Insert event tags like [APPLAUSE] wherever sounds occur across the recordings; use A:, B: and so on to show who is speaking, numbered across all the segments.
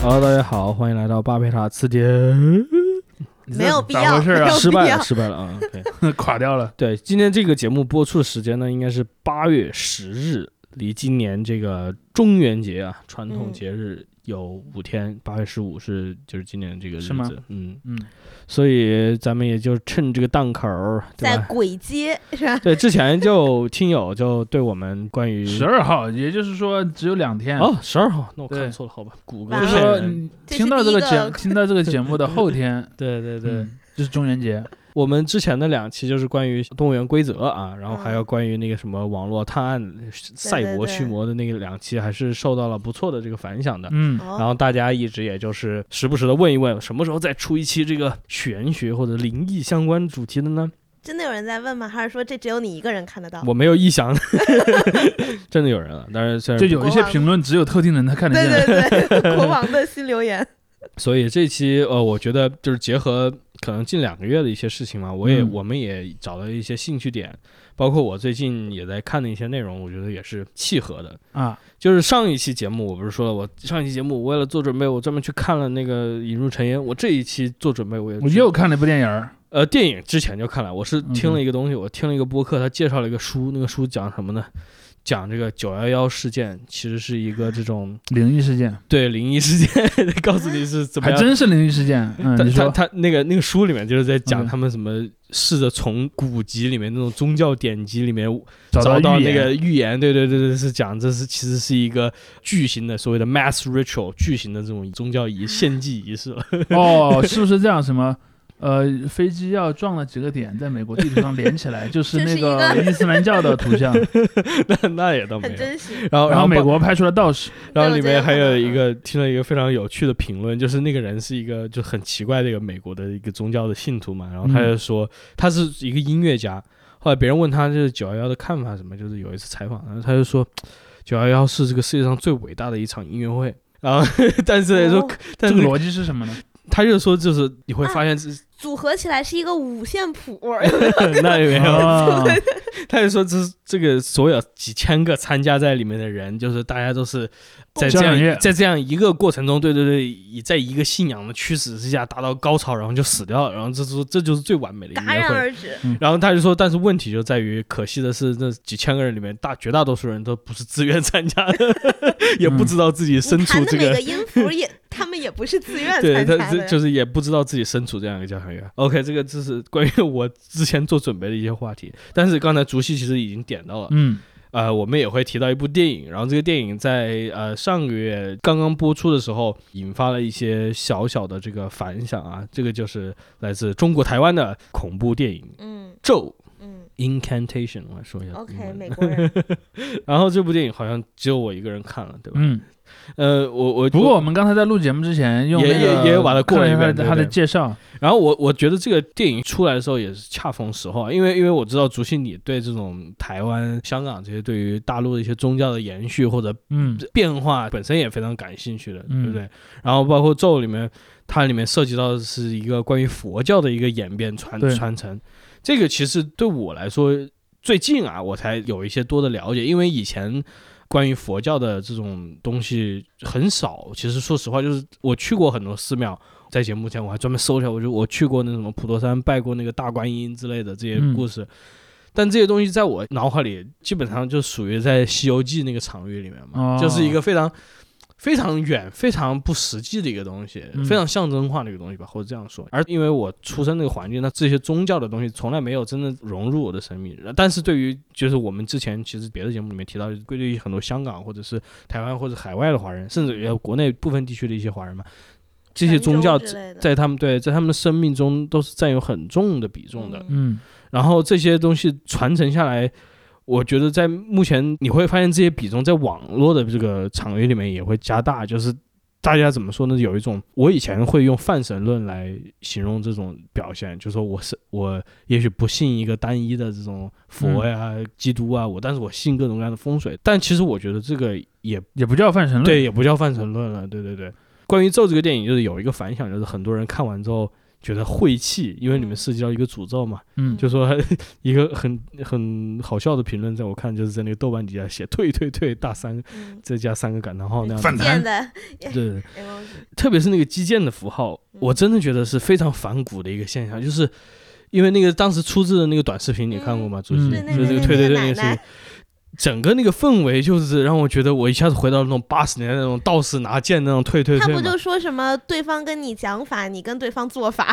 A: Hello，大家好，欢迎来到巴贝塔词典。
B: 你
C: 没
B: 这
C: 有
B: 咋
C: 必要
B: 回事
C: 没有
B: 啊？
A: [LAUGHS] 失败
C: 必要
A: 了，失败了啊！OK， [LAUGHS]
B: 垮掉了，
A: 对，今天这个节目播出的时间呢，应该是八月十日，离今年这个中元节啊，传统
C: 嗯
A: 节日有五天，八、月十五是就是今年这个日
B: 是吗
A: 子，嗯，
B: 嗯，
A: 所以咱们也就趁这个档口儿，对
C: 在
A: 吧？
C: 鬼街是吧？
A: 对，之前就听友就对我们关于
B: 十二号，也就是说只有两天。
A: 哦十二号，那我看
B: 对
A: 错了，好吧，谷歌
C: 完了
B: 就是说
A: 骗人，
B: 你听到这
C: 这是第
B: 节 [LAUGHS]
C: 一个
B: 听到这个节目的后天
A: 对对对，
B: 嗯，就是中元节，
A: 我们之前的两期就是关于动物园规则啊，然后
B: 嗯
A: 还有关于那个什么网络探案、赛博驱魔的那个两期，还是受到了不错的这个反响的。
B: 嗯，
C: 哦
A: 然后大家一直也就是时不时的问一问，什么时候再出一期这个玄学或者灵异相关主题的呢？
C: 真的有人在问吗？还是说这只有你一个人看得
B: 哦
C: 到？
A: 我没有臆
B: [LAUGHS]
A: 想，真的有人了，但是虽
B: 就
A: 然
B: 有一些评论只有特定人才看得
C: 对
B: 见。
C: 对对，国王的新留言。
A: 所以这期呃，我觉得就是结合可能近两个月的一些事情嘛，我也、
B: 嗯
A: 我们也找到一些兴趣点，包括我最近也在看的一些内容，我觉得也是契合的。
B: 啊，
A: 就是上一期节目，我不是说了，我上一期节目我为了做准备，我专门去看了那个《引入尘烟》。我这一期做准备，我也
B: 我又看了嗯一部电影儿，
A: 呃电影之前就看了，我是听了一个东西，我听了一个播客，他介绍了一个书，那个书讲什么呢？讲这个九幺幺事件，其实是一个这种
B: 灵异事件，
A: 对灵异事件， [LAUGHS] 告诉你是怎么
B: 还
A: 样。
B: 真是灵异事 [LAUGHS] 件。嗯，
A: 他
B: 你
A: 他
B: 说，嗯
A: 他那个那个书里面就是在讲
B: OK
A: 他们怎么试着从古籍里面那种宗教典籍里面
B: 找
A: 找
B: 到
A: 到
B: 预
A: 那
B: 言
A: 个预言，对对对对，是讲这是其实是一个巨型的所谓的 mass ritual，巨型的这种宗教仪献祭仪式了。 [LAUGHS]
B: 哦，是不是这样？什么？呃，飞机要撞了几个点，在美国地图上连起
C: [LAUGHS]
B: 来，就是
C: 这
B: 那
C: 是一个
B: 伊斯兰教的图 [LAUGHS] 像。
A: 那那也倒没
C: 很
A: 有。
C: 真实，
A: 然后
B: 哦然后
A: 后
B: 美
A: 包
B: 国派出了道 [LAUGHS] 士，
A: 然后
C: 对
A: 里
C: 我觉得
A: 面还
C: 很嗯
A: 有
C: 好
A: 一个听了一个非常有趣的评论，就是那个人是一个就很奇怪的一个美国的一个宗教的信徒嘛，然后他
B: 嗯
A: 就说、他是一个音乐家，后来别人问他就是九幺幺的看法什么，就是有一次采访，然后他就说九幺幺是这个世界上最伟大的一场音乐会。然后， [LAUGHS] 但是来说，
C: 哦啊
A: 但
B: 这
A: 是
B: 个逻辑是什么呢？
A: 他就说，就是你会发现是
C: 组合起来是一个五线谱。
A: [LAUGHS] 那也没
B: [LAUGHS]
A: 有，
C: [LAUGHS]
B: 啊，
A: 他就说这是这个所有几千个参加在里面的人，就是大家都是在这
B: 交响乐
A: 样在这样一个过程中，对对对，以在一个信仰的驱使之下达到高潮，然后就死掉了，然后这是这就是最完美的音
C: 戛
A: 乐
C: 然
A: 会。
C: 而止，
A: 然后他就说，但是问题就在于，可惜的是，那几千个人里面，大绝大多数人都不是自愿参加的， [LAUGHS] 也不知道自己身
C: 你
A: 处
C: 弹
A: 这
C: 的每
A: 个
C: 个音符也，他们也不是自 [LAUGHS] 愿
A: 对
C: 参
A: 他
C: 加
A: 这
C: 的。
A: 就是也不知道自己身处这样一个交响乐。OK，这个这是关于 [LAUGHS] 我之前做准备的一些话题，但是刚才竹溪其实已经点到了，
B: 嗯，
A: 呃，我们也会提到一部电影，然后这个电影在呃上个月刚刚播出的时候，引发了一些小小的这个反响啊，这个就是来自中国台湾的恐怖电影《
C: 嗯
A: 咒
C: 嗯》
A: （Incantation），我来说一下英
C: ，OK，
A: 文
C: 美国人，
A: 然后这部电影好像只有我一个人看了，对吧？
B: 嗯，
A: 呃，我我
B: 不过我们刚才在录节目之前用
A: 也
B: 那个
A: 也也有把它过了一遍
B: 看了他
A: 对
B: 的他的
A: 对
B: 介绍，
A: 然后我我觉得这个电影出来的时候也是恰逢时候啊，因为因为我知道竹信你对这种台湾、香港这些对于大陆的一些宗教的延续或者
B: 嗯
A: 变化本身也非常感兴趣的，
B: 嗯
A: 对不对？然后包括咒里面，它里面涉及到的是一个关于佛教的一个演变传
B: 对
A: 传承，这个其实对我来说最近啊，我才有一些多的了解，因为以前。关于佛教的这种东西很少，其实说实话，就是我去过很多寺庙，在节目前我还专门搜一下，我就我去过那什么普陀山拜过那个大观音之类的这些
B: 嗯
A: 故事，但这些东西在我脑海里基本上就属于在《西游记》那个场域里面嘛，
B: 哦
A: 就是一个非常非常远、非常不实际的一个东西，
B: 嗯
A: 非常象征化的一个东西吧，或者这样说。而因为我出生那个环境，那这些宗教的东西从来没有真的融入我的生命。但是对于就是我们之前其实别的节目里面提到，对于很多香港或者是台湾或者海外的华人，甚至也有国内部分地区的一些华人嘛，这些宗教
C: 神州之类的
A: 在他们对在他们的生命中都是占有很重的比重的。
C: 嗯
B: 嗯
A: 然后这些东西传承下来，我觉得在目前你会发现这些比重在网络的这个场域里面也会加大，就是大家怎么说呢？有一种我以前会用泛神论来形容这种表现，就是说我是我也许不信一个单一的这种佛呀、基督啊，我但是我信各种各样的风水，但其实我觉得这个也
B: 也不叫泛神论，
A: 对，也不叫泛神论了，对对对。关于《咒》这个电影，就是有一个反响，就是很多人看完之后觉得晦气，因为里面涉及到一个诅咒嘛。
B: 嗯，
A: 就说 [LAUGHS] 一个很很好笑的评论，在我看就是在那个豆瓣底下写“ [LAUGHS] 退退退”大三，
C: 嗯
A: 再加三个感叹号那样
B: 反
A: 子。
C: 贱
B: 弹
C: 的
A: 对，
C: emoji，
A: 特别是那个击剑的符号，
C: 嗯
A: 我真的觉得是非常反骨的一个现象，就是因为那个当时出自的那个短视频，你看过吗？主席，
B: 嗯
C: 对
A: 就
C: 那
A: 是
C: 那
A: 这个
C: 那
A: 退退
C: 那
A: 退
C: 个
A: 那
C: 奶
A: 个事情
C: 奶，，
A: 整个那个氛围就是让我觉得我一下子回到那种八十年代那种道士拿剑那种退退
C: 他
A: 退
C: 不
A: 嘛。
C: 就说什么对方跟你讲法，你跟对方做法，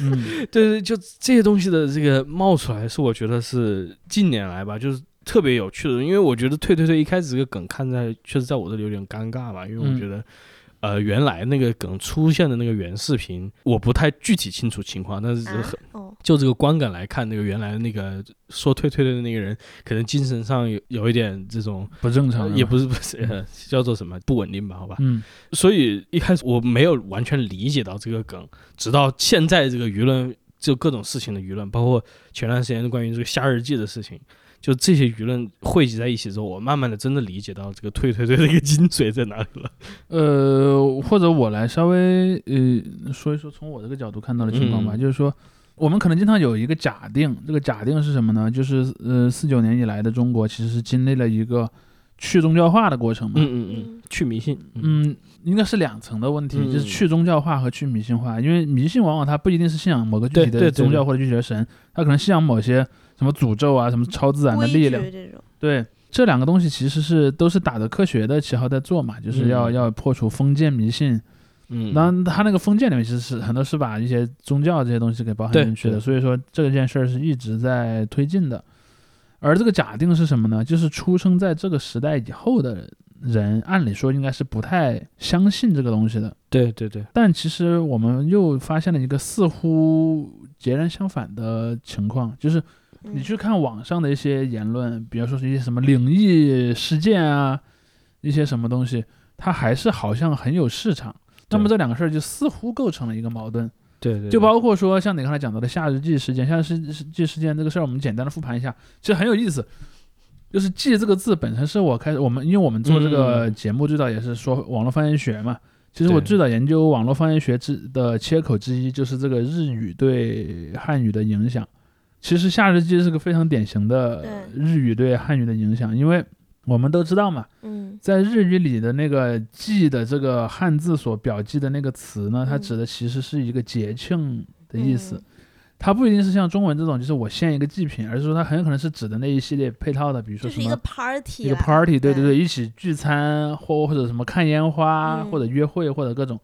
B: 嗯
A: 对对，就这些东西的这个冒出来，是我觉得是近年来吧，就是特别有趣的。因为我觉得退退退一开始这个梗看在确实在我这里有点尴尬吧，因为我觉得、呃原来那个梗出现的那个原视频，我不太具体清楚情况，但是很、
C: 啊哦，
A: 就这个观感来看，那个原来的那个说退退退的那个人，可能精神上有有一点这种，
B: 不正常
A: 呃
B: 啊，
A: [LAUGHS] 也不是不是、呃叫做什么不稳定吧，好吧。
B: 嗯
A: 所以一开始我没有完全理解到这个梗，直到现在这个舆论，就各种事情的舆论，包括前段时间关于这个夏日记的事情，就这些舆论汇集在一起之后，我慢慢的真的理解到这个退退退的一个精髓在哪里了。
B: 呃，或者我来稍微呃说一说从我这个角度看到的情况吧，
A: 嗯
B: 就是说我们可能经常有一个假定，这个假定是什么呢？就是呃四九年以来的中国其实是经历了一个去宗教化的过程嘛，
A: 嗯嗯嗯，
C: 嗯
A: 去迷信，嗯
B: 嗯，应该是两层的问题，
A: 嗯
B: 就是去宗教化和去迷信化。因为迷信往往它不一定是信仰某个具体
A: 对对
B: 的
A: 对
B: 宗教或者具体的神，它可能信仰某些什么诅咒啊、什么超自然的
C: 规
B: 力
C: 矩
B: 量。
C: 这种，
B: 对，这两个东西其实是都是打着科学的旗号在做嘛，就是要、
A: 嗯
B: 要破除封建迷信。
A: 嗯，
B: 当然，它那个封建里面其实是很多是把一些宗教这些东西给包含进去的，
A: 对对
B: 所以说这件事儿是一直在推进的。而这个假定是什么呢？就是出生在这个时代以后的人，按理说应该是不太相信这个东西的。
A: 对对对，
B: 但其实我们又发现了一个似乎截然相反的情况，就是你
C: 嗯
B: 去看网上的一些言论，比如说是一些什么灵异事件啊，一些什么东西，它还是好像很有市场。那么
A: 对
B: 这两个事儿就似乎构成了一个矛盾，
A: 对对对，
B: 就包括说像你刚才讲到的夏日记事件，夏日记事件这个事儿，我们简单的复盘一下，其实很有意思。就是“记”这个字本身是我开始我们因为我们做这个节目最早也是说网络方言学嘛，其实我
A: 嗯对
B: 最早研究网络方言学之的切口之一就是这个日语对汉语的影响。其实《夏日记》是个非常典型的
C: 对
B: 日语对汉语的影响，因为我们都知道嘛，
C: 嗯
B: 在日语里的那个“祭”的这个汉字所表记的那个词呢，它
C: 嗯
B: 指的其实是一个节庆的意思。
C: 嗯
B: 它不一定是像中文这种，就是我献一个祭品，而是说它很有可能是指的那一系列配套的，比如
C: 就
B: 说
C: 是
B: 什
C: 一个
B: 么
C: party，啊
B: 一个
C: 啦
B: party，对对
C: 对
B: 对，一起聚餐或或者什么看烟花、
C: 嗯
B: 或者约会或者各种。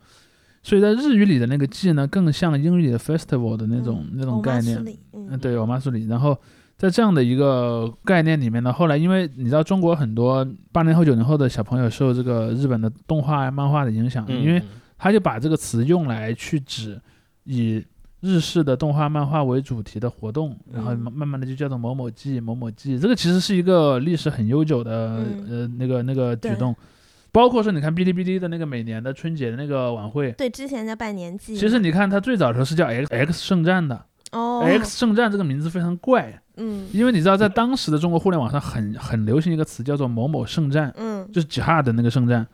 B: 所以在日语里的那个祭呢，更像英语里的 festival 的那种、那种概念。，
C: 嗯
B: 嗯，
C: 哦，
B: 对，我妈苏里。然后在这样的一个概念里面呢，后来因为你知道中国很多八零后、九零后的小朋友受这个日本的动画、漫画的影响，
A: 嗯，
B: 因为
A: 嗯
B: 他就把这个词用来去指以日式的动画、漫画为主题的活动，然后
C: 嗯
B: 慢慢慢的就叫做某某季、某某季。这个其实是一个历史很悠久的、
C: 嗯
B: 呃那个那个举
C: 对
B: 动，包括说你看哔哩哔哩的那个每年的春节的那个晚会。
C: 对，之前叫拜年祭嘛，
B: 其实你看，它最早的时候是叫 X X 圣战的、
C: 哦
B: x 圣战这个名字非常怪，
C: 嗯
B: 因为你知道，在当时的中国互联网上很很流行一个词叫做“某某圣战
C: 嗯”，
B: [LAUGHS] 就是 jihad 的那个圣战。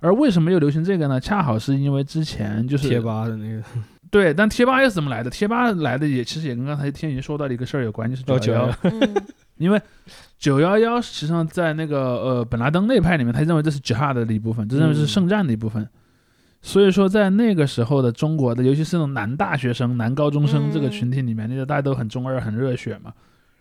B: 而为什么又流行这个呢？恰好是因为之前就是
A: 贴吧的那个
B: 对，但贴吧又是怎么来的？贴吧来的也其实也跟刚才天宇说到的一个事儿有关，就是
A: 哦
B: 九幺幺
A: 911。
C: 嗯
B: 因为九幺幺实际上在那个呃本拉登内派里面，他认为这是 jihad 的一部分，这认为是
A: 嗯
B: 圣战的一部分。所以说，在那个时候的中国的，尤其是那种男大学生、男高中
C: 嗯
B: 生这个群体里面，那个大家都很中二、很热血嘛，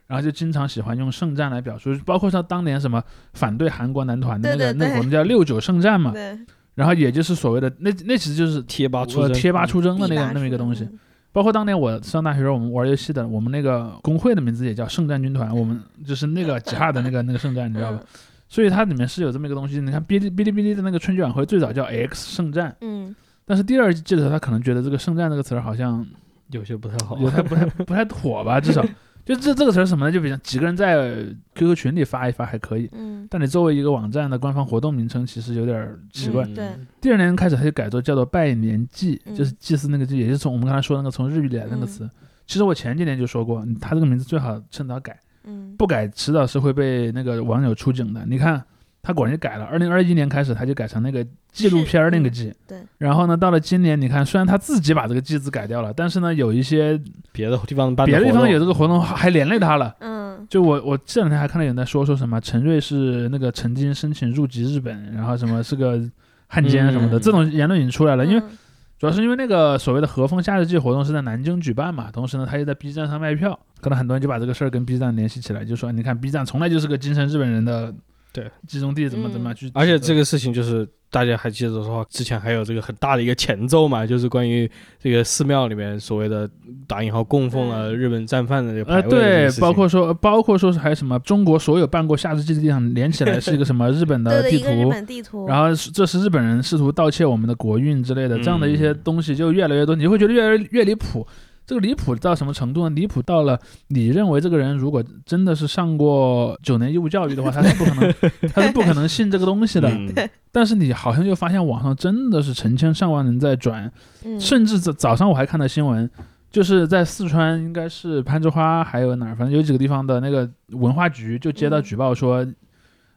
B: 然后就经常喜欢用圣战来表述，包括像当年什么反对韩国男团的那
C: 对
B: 个
C: 对
B: 那个
C: 对
B: 活动叫六九圣战嘛，
C: 对，
B: 然后也就是所谓的那那其实就是
A: 贴吧出
B: 呃
A: 征，
B: 贴吧出征的那
C: 必
B: 个
C: 达
B: 那么一个
C: 出
B: 东西。
C: 嗯
B: 包括当年我上大学时候，我们玩游戏的，我们那个工会的名字也叫圣战军团，我们就是那个吉哈的那个那个圣战，你知道
C: 嗯
B: 吧？所以它里面是有这么一个东西。你看哔哩哔哩哔哩的那个春节晚会最早叫 X 圣战，
C: 嗯，
B: 但是第二季的时候，他可能觉得这个圣战这个词儿好像
A: 有些不太好，
B: 有太不太不太妥吧，至少就这这个词儿是什么呢？就比如几个人在 QQ 群里发一发还可以，
C: 嗯
B: 但你作为一个网站的官方活动名称，其实有点儿奇怪。
A: 嗯
C: 对
B: 第二年开始，他就改做叫做拜年祭，
C: 嗯
B: 就是祭祀那个祭，也就是从我们刚才说那个从日语里来的那个词。其实我前几年就说过，嗯他这个名字最好趁早改，
C: 嗯嗯，
B: 不改迟早是会被那个网友出警的。你看他果然就改了。二零二一年开始，他就改成那个纪录片儿
C: 是
B: 那
C: 嗯
B: 个纪。
C: 对。
B: 然后呢，到了今年，你看，虽然他自己把这个纪字改掉了，但是呢，有一些
A: 别的地方办
B: 别的地
A: 活
B: 方
A: 动
B: 有这个活动，还还连累他了。
C: 嗯，
B: 就我我这两天还看到有人在说说什么陈瑞是那个曾经申请入籍日本，然后什么是个汉奸什么的，
A: 嗯
B: 这种言论已经出来了。因为
C: 嗯
B: 主要是因为那个所谓的和风夏日祭活动是在南京举办嘛，同时呢，他又在 B 站上卖票，可能很多人就把这个事儿跟 B 站联系起来，就说哎你看 B 站从来就是个精神日本人的
A: 对
B: 集中地，怎么怎么去，
A: 而且这
B: 个
A: 个事情就是大家还记得的话，之前还有这个很大的一个前奏嘛，就是关于这个寺庙里面所谓的打引号供奉了日本战犯的这个
B: 呃
A: 牌位的这个
B: 对
A: 事，情
B: 包括说呃包括说是还有什么中国所有办过夏日祭的地方连起来是一个什么日本
C: 对
B: 的
C: 的
B: 地
C: 一个日
B: 图。
C: 本地图，
B: 然后是这是日本人试图盗窃我们的国运之类的，这样的一些
A: 嗯
B: 东西就越来越多，你会觉得越来越越离谱。这个离谱到什么程度呢？离谱到了你认为这个人如果真的是上过九年义务教育的话，他是不可
A: [LAUGHS]
B: 能，他是不可能信这个东西的。
A: 嗯
B: 但是你好像又发现网上真的是成千上万人在转，
C: 嗯
B: 甚至早早上我还看到新闻，就是在四川，应该是攀枝花，还有哪儿，反正有几个地方的那个文化局就接到
C: 嗯
B: 举报说，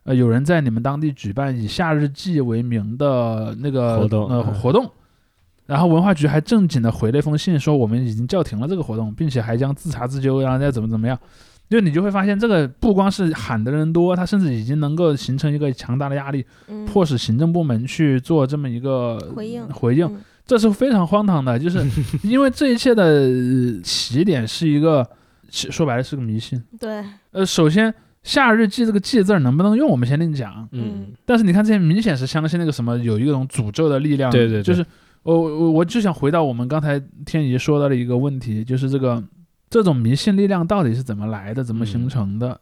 B: 呃，有人在你们当地举办以夏日祭为名的那个
A: 活动
B: 呃
A: 嗯
B: 活动。然后文化局还正经的回了一封信，说我们已经叫停了这个活动，并且还将自查自纠，然后再怎么怎么样。就你就会发现，这个不光是喊的人多，它甚至已经能够形成一个强大的压力，
C: 嗯
B: 迫使行政部门去做这么一个
C: 回应
B: [LAUGHS] 回应。
C: 嗯
B: 这是非常荒唐
A: [LAUGHS]
B: 的，就是因为这一切的呃起点是一个，其说白了是个迷信。
C: 对，
B: 呃，首先“夏日祭”这个“祭”字儿能不能用，我们先另讲。
A: 嗯
B: 但是你看，这些明显是相信那个什么有一种诅咒的力量。
A: 对对对
B: 就是我我我就想回到我们刚才天怡说到的一个问题，就是这个这种迷信力量到底是怎么来的，怎么形成的，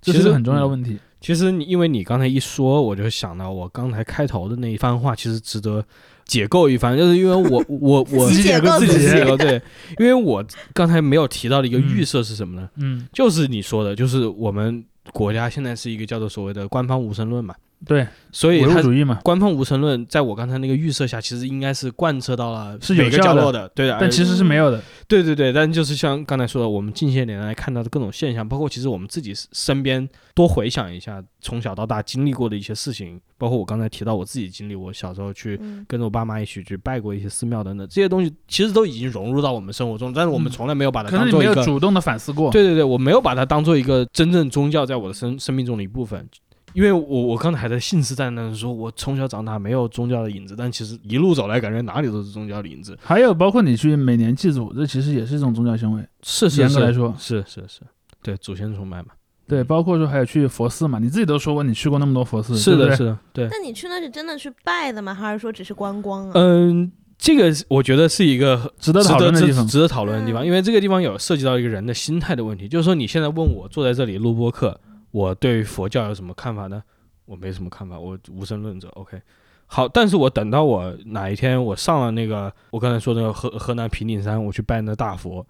B: 这
A: 嗯其
B: 是一
A: 实
B: 个很重要的问题。
A: 其实你因为你刚才一说，我就想到我刚才开头的那一番话，其实值得解构一番，就是因为我 [LAUGHS] 我我
C: 自己解构
A: 自
C: 自
A: 己
C: 己
A: 解构对，因为我刚才没有提到的一个预
B: 嗯
A: 设是什么呢？
B: 嗯，
A: 就是你说的，就是我们国家现在是一个叫做所谓的官方无神论嘛，
B: 对，
A: 所以
B: 唯
A: 它
B: 物主义嘛。
A: 官方无神论，在我刚才那个预设下，其实应该是贯彻到了
B: 是有
A: 每个
B: 效
A: 角
B: 的
A: 落的，对的。
B: 但
A: 而
B: 其实是没有的，
A: 对对对，但就是像刚才说的，我们近些年来看到的各种现象，包括其实我们自己身边多回想一下，从小到大经历过的一些事情，包括我刚才提到我自己经历，我小时候去
C: 嗯
A: 跟着我爸妈一起去拜过一些寺庙等等，这些东西其实都已经融入到我们生活中，但是我们
B: 嗯
A: 从来没有把它
B: 可能
A: 当
B: 你
A: 做
B: 没
A: 一
B: 有
A: 个
B: 主动的反思过。
A: 对对对，我没有把它当做一个真正宗教在我的生生命中的一部分，因为我我刚才还在信誓旦旦的说，我从小长大没有宗教的影子，但其实一路走来，感觉哪里都是宗教的影子。
B: 还有包括你去每年祭祖，这其实也是一种宗教行为。
A: 是是
B: 严格
A: 是
B: 来说
A: 是是是，对祖先崇拜嘛，
B: 对，
C: 嗯
B: 包括说还有去佛寺嘛，你自己都说过你去过那么多佛寺，
A: 是
B: 对不
A: 的，
B: 对
A: 是的，对，
C: 那你去那是真的去拜的吗？还是说只是观光啊？
A: 嗯。这个是我觉得是一个
B: 值得讨论的地方
A: 值得。值得讨论的地方，
C: 嗯
A: 因为这个地方有涉及到一个人的心态的问题。就是说，你现在问我坐在这里录播课，我对佛教有什么看法呢？我没什么看法，我无神论者。OK，好，但是我等到我哪一天我上了那个我刚才说的那个河河南平顶山，我去拜那大佛，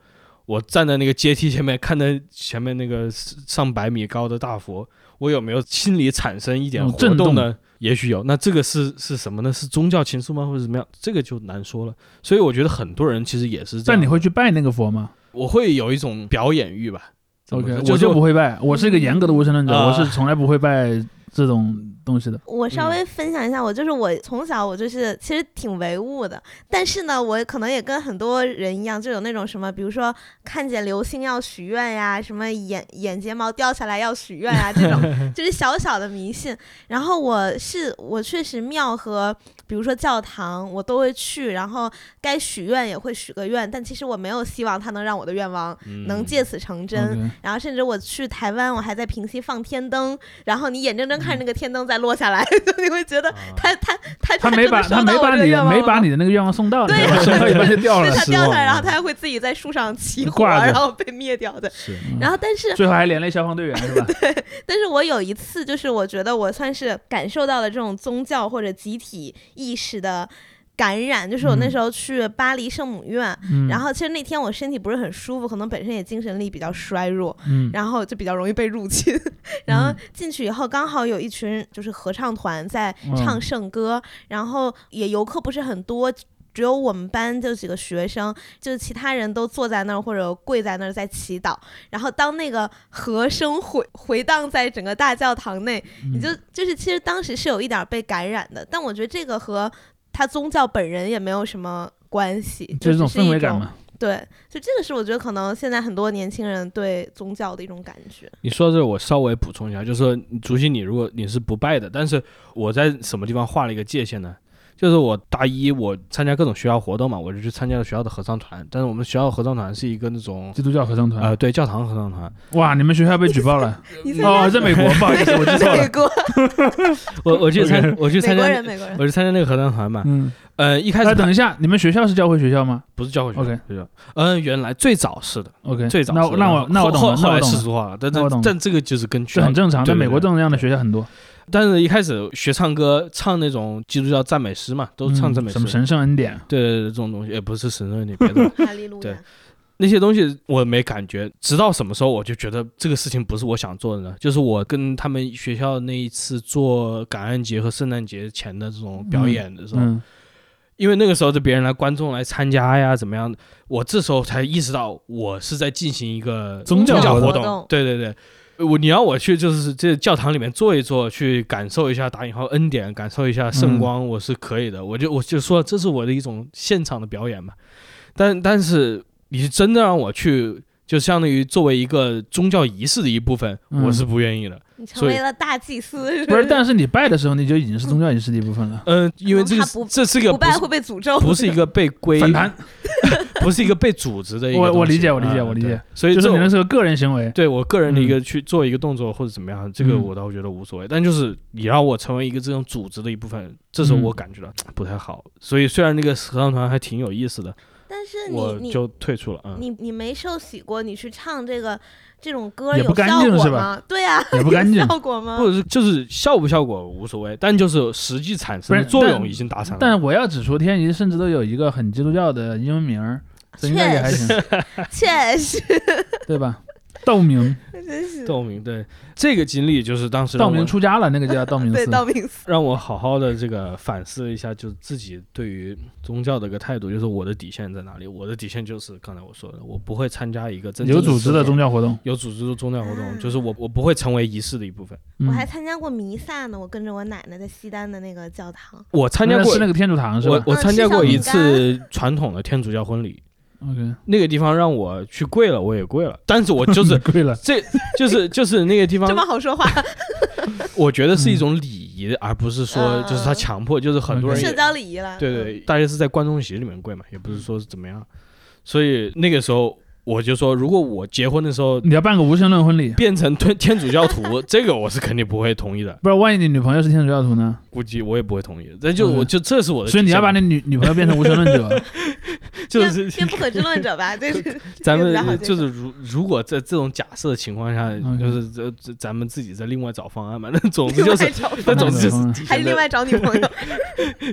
A: 我站在那个阶梯前面，看着前面那个上百米高的大佛，我有没有心里产生一点
B: 嗯
A: 活
B: 震动
A: 呢？也许有，那这个是是什么呢？是宗教情愫吗，或者怎么样？这个就难说了。所以我觉得很多人其实也是这样。
B: 但你会去拜那个佛吗
A: 我会有一种表演欲吧。怎么
B: ？OK，
A: 说
B: 我
A: 是
B: 就不会拜，我
C: 嗯
B: 是一个严格的无神论者，
A: 啊
B: 我是从来不会拜这种东西的。
C: 我稍微分享一下，我就是我从小我就是其实挺唯物的，但是呢，我可能也跟很多人一样，就有那种什么，比如说看见流星要许愿呀，什么眼眼睫毛掉下来要许愿啊，这种就是小小的迷信。然后我是我确实庙和比如说教堂我都会去，然后该许愿也会许个愿，但其实我没有希望它能让我的愿望
B: 嗯
A: 嗯
C: 能借此成真。
B: OK，
C: 然后甚至我去台湾，我还在平溪放天灯，然后你眼睁睁
B: 嗯
C: 看着那个天灯在落下来， [LAUGHS] 就你会觉
A: 嗯
C: 得
A: 啊
C: 他他 [LAUGHS] 他
B: 哦他
C: 真
B: 没
C: 的
B: 把
C: 收
B: 他没
C: 到我
B: 把
C: 这个
B: 你
C: 愿
B: 的
C: 望
B: 没
C: 了
B: 把
C: 吗
B: 你的那个愿望送到，你
C: 对
B: 把送
C: [LAUGHS]
B: 到一半就掉
C: 对
B: 了，
C: 他
A: 失
C: 掉
A: 望
C: 下来，然后
A: 了
C: 他还会自己在树上起火，
B: 挂着
C: 然后被灭掉的。
A: 是
B: 嗯
C: 然后但是
B: 最后还连累消防队员是
C: [LAUGHS]
B: 吧？
C: 但是我有一次，就是我觉得我算是感受到了这种宗教或者集体意识的感染，就是我那
B: 嗯
C: 时候去巴黎圣母院，
B: 嗯，
C: 然后其实那天我身体不是很舒服，可能本身也精神力比较衰弱，
B: 嗯
C: 然后就比较容易被入侵。 [LAUGHS] 然后
B: 嗯
C: 进去以后，刚好有一群就是合唱团在唱
B: 嗯
C: 圣歌，然后也游客不是很多。只有我们班就几个学生，就是其他人都坐在那儿或者跪在那儿在祈祷。然后当那个和声回回荡在整个大教堂内，
B: 嗯
C: 你就就是其实当时是有一点儿被感染的，但我觉得这个和他宗教本人也没有什么关系，就
B: 就
C: 是
B: 这种
C: 只是一
B: 氛围感嘛。
C: 对，就这个是我觉得可能现在很多年轻人对宗教的一种感觉。
A: 你说到这，我稍微补充一下，就是说，竹溪，你如果你是不拜的，但是我在什么地方画了一个界限呢？就是我大一我参加各种学校活动嘛，我就去参加了学校的合唱团，但是我们学校合唱团是一个那种
B: 基督教合唱团
C: 啊
A: 呃，，对教堂合唱团，
B: 哇，你们学校被举报
C: [LAUGHS]
B: 了
C: 你
B: 哦，在美国，不好意思，我记
C: [LAUGHS]
B: 错
C: 美
B: 了。
C: 国
A: 我我去参我去
C: 美
A: 参加
C: 国人美
B: [LAUGHS]
C: 国人，
A: 我去参加那个合唱团嘛，
B: 嗯，
A: 呃，一开
B: 哎，
A: 始
B: 等一下，你们学校是教会学校吗
A: 不是教会学校
B: OK
A: 学校，嗯，原来最早是的，
B: ？OK，
A: 最早
B: 那
A: 是的
B: 那我那我懂
A: 后
B: 了，
A: 后
B: 那
A: 来
B: 我懂
A: 世
B: 了，
A: 俗化了，但
B: 那我懂
A: 但但
B: 了
A: 这个就是跟学
B: 这
A: 校
B: 很正常，
A: 对
B: 在
A: 对
B: 美国
A: 对
B: 这种样的学校很多，
A: 但是一开始学唱歌，唱那种基督教赞美诗嘛，都是唱
B: 嗯
A: 赞美诗，
B: 什么神圣恩典，
A: 对对对，这种东西也不是神圣的别
B: [LAUGHS]
A: 的
C: 哈利路
A: 对
C: 亚。
A: 那些东西，我没感觉。直到什么时候，我就觉得这个事情不是我想做的呢？就是我跟他们学校那一次做感恩节和圣诞节前的这种表演的时候，
B: 嗯，
A: 因为那个时候的别人来观众来参加呀，怎么样的，我这时候才意识到我是在进行一个
B: 宗教
A: 教
B: 活
A: 活
C: 动
A: 对对对。我你要我去，就是这教堂里面坐一坐，去感受一下打引号恩典，感受一下圣光，
B: 嗯
A: 我是可以的。我就我就说这是我的一种现场的表演嘛。但但是你真的让我去，就相当于作为一个宗教仪式的一部分，
B: 嗯
A: 我是不愿意的。
C: 你成
A: 所以
C: 为了大祭司，
B: 不是，但是你拜的时候，你就已经是宗教仪式的一部分了。
A: 嗯、因为这个
C: 他不
A: 这是一个
C: 不
A: 不
C: 拜
A: 是
C: 会被诅咒。
A: 不是一个被规
B: 反弹，
A: 不是一个被组织的一个
B: 我
A: 东西
B: 我理解我理解
A: 嗯
B: 我理解
A: 对所以
B: 就是
A: 这
B: 你
A: 种
B: 那是个个人行为，
A: 对我个人的一个去做一个动作或者怎么样，这个
B: 嗯
A: 我倒觉得无所谓。但就是你让我成为一个这种组织的一部分，这时候
B: 嗯
A: 我感觉到不太好。所以虽然那个合唱团还挺有意思的，
C: [LAUGHS] 但是
A: 我
C: 你
A: 就退出了啊。嗯
C: 你你你没受洗过，你去唱这个这种歌
B: 也不
C: 有
B: 干
C: 效
B: 净
C: 果
B: 是吧
C: 吗？对呀、
B: 也不干
A: [LAUGHS]
B: 净
C: 有效果吗
A: 或？者是就是效不效果无所谓，但就是实际产生的
B: 不是
A: 作
B: 但
A: 用已经达成了。
B: 但我要指出，天仪甚至都有一个很基督教的英文名
A: [LAUGHS]
B: 儿，所以应该也还行，
C: 确实，
B: 对吧？道明，
C: 真是
A: 道明对这个经历就是当时让
B: 道
A: 我
B: 明出家了，那个叫道明
C: 对
B: 寺。
C: 道明寺。
A: 让我好好的这个反思了一下，就是自己对于宗教的一个态度，就是我的底线在哪里？我的底线就是刚才我说的，我不会参加一个真正
B: 有组织的宗
A: 教
B: 教活动，
A: 有组织的宗教活动，
C: 啊
A: 就是我我不会成为仪式的一部分。
B: 嗯
C: 我还参加过弥撒呢，我跟着我奶奶在西单的那个教
B: 啊
C: 堂。
A: 我参加
B: 那
A: 过
B: 是，那个天主堂是
A: 我
B: 吧
A: 我
C: 嗯
A: 参加过
C: 吃小
A: 一
C: 饼
A: 次传统的天主教婚礼，
B: ？OK，
A: 那个地方让我去跪了，我也跪了，但是我就是
B: [LAUGHS] 跪了，
A: 这就是就是那个地方
C: 这么好说话，
A: 我觉得是一种礼仪，而不是说就是他
C: 嗯
A: 强迫，就是很多人也
C: 社交礼仪了。嗯
A: 对对，大家是在观众席里面跪嘛，也不是说是怎么样。所以那个时候我就说，如果我结婚的时候
B: 你要办个无神论婚礼，
A: 变成天天主教
C: [LAUGHS]
A: 徒，这个我是肯定不会同意的，
B: 不然万一你女朋友是天主教徒呢？
A: 估计我也不会同意的。这就
C: 嗯
B: OK
A: 我就这是我的底线，
B: 所以你要把你女女朋友变成无神论
A: [LAUGHS]
B: 者，
A: 就
C: 变
A: 是
C: 变不可知论
A: [LAUGHS]
C: 者吧，就是
A: 咱
C: 比较好
A: 们
C: 接
A: 就
C: 受
A: 是如如果在这种假设的情况下，
B: OK
A: 就是这这咱们自己再另外找方案嘛。那总之
C: 另
A: 就
C: 外
A: 是。
C: 找朋友，
A: 那总之就是
B: 嗯
A: 底
C: 还是
A: 线
C: 另
A: 在
C: 外找女
A: [LAUGHS]
C: 朋友。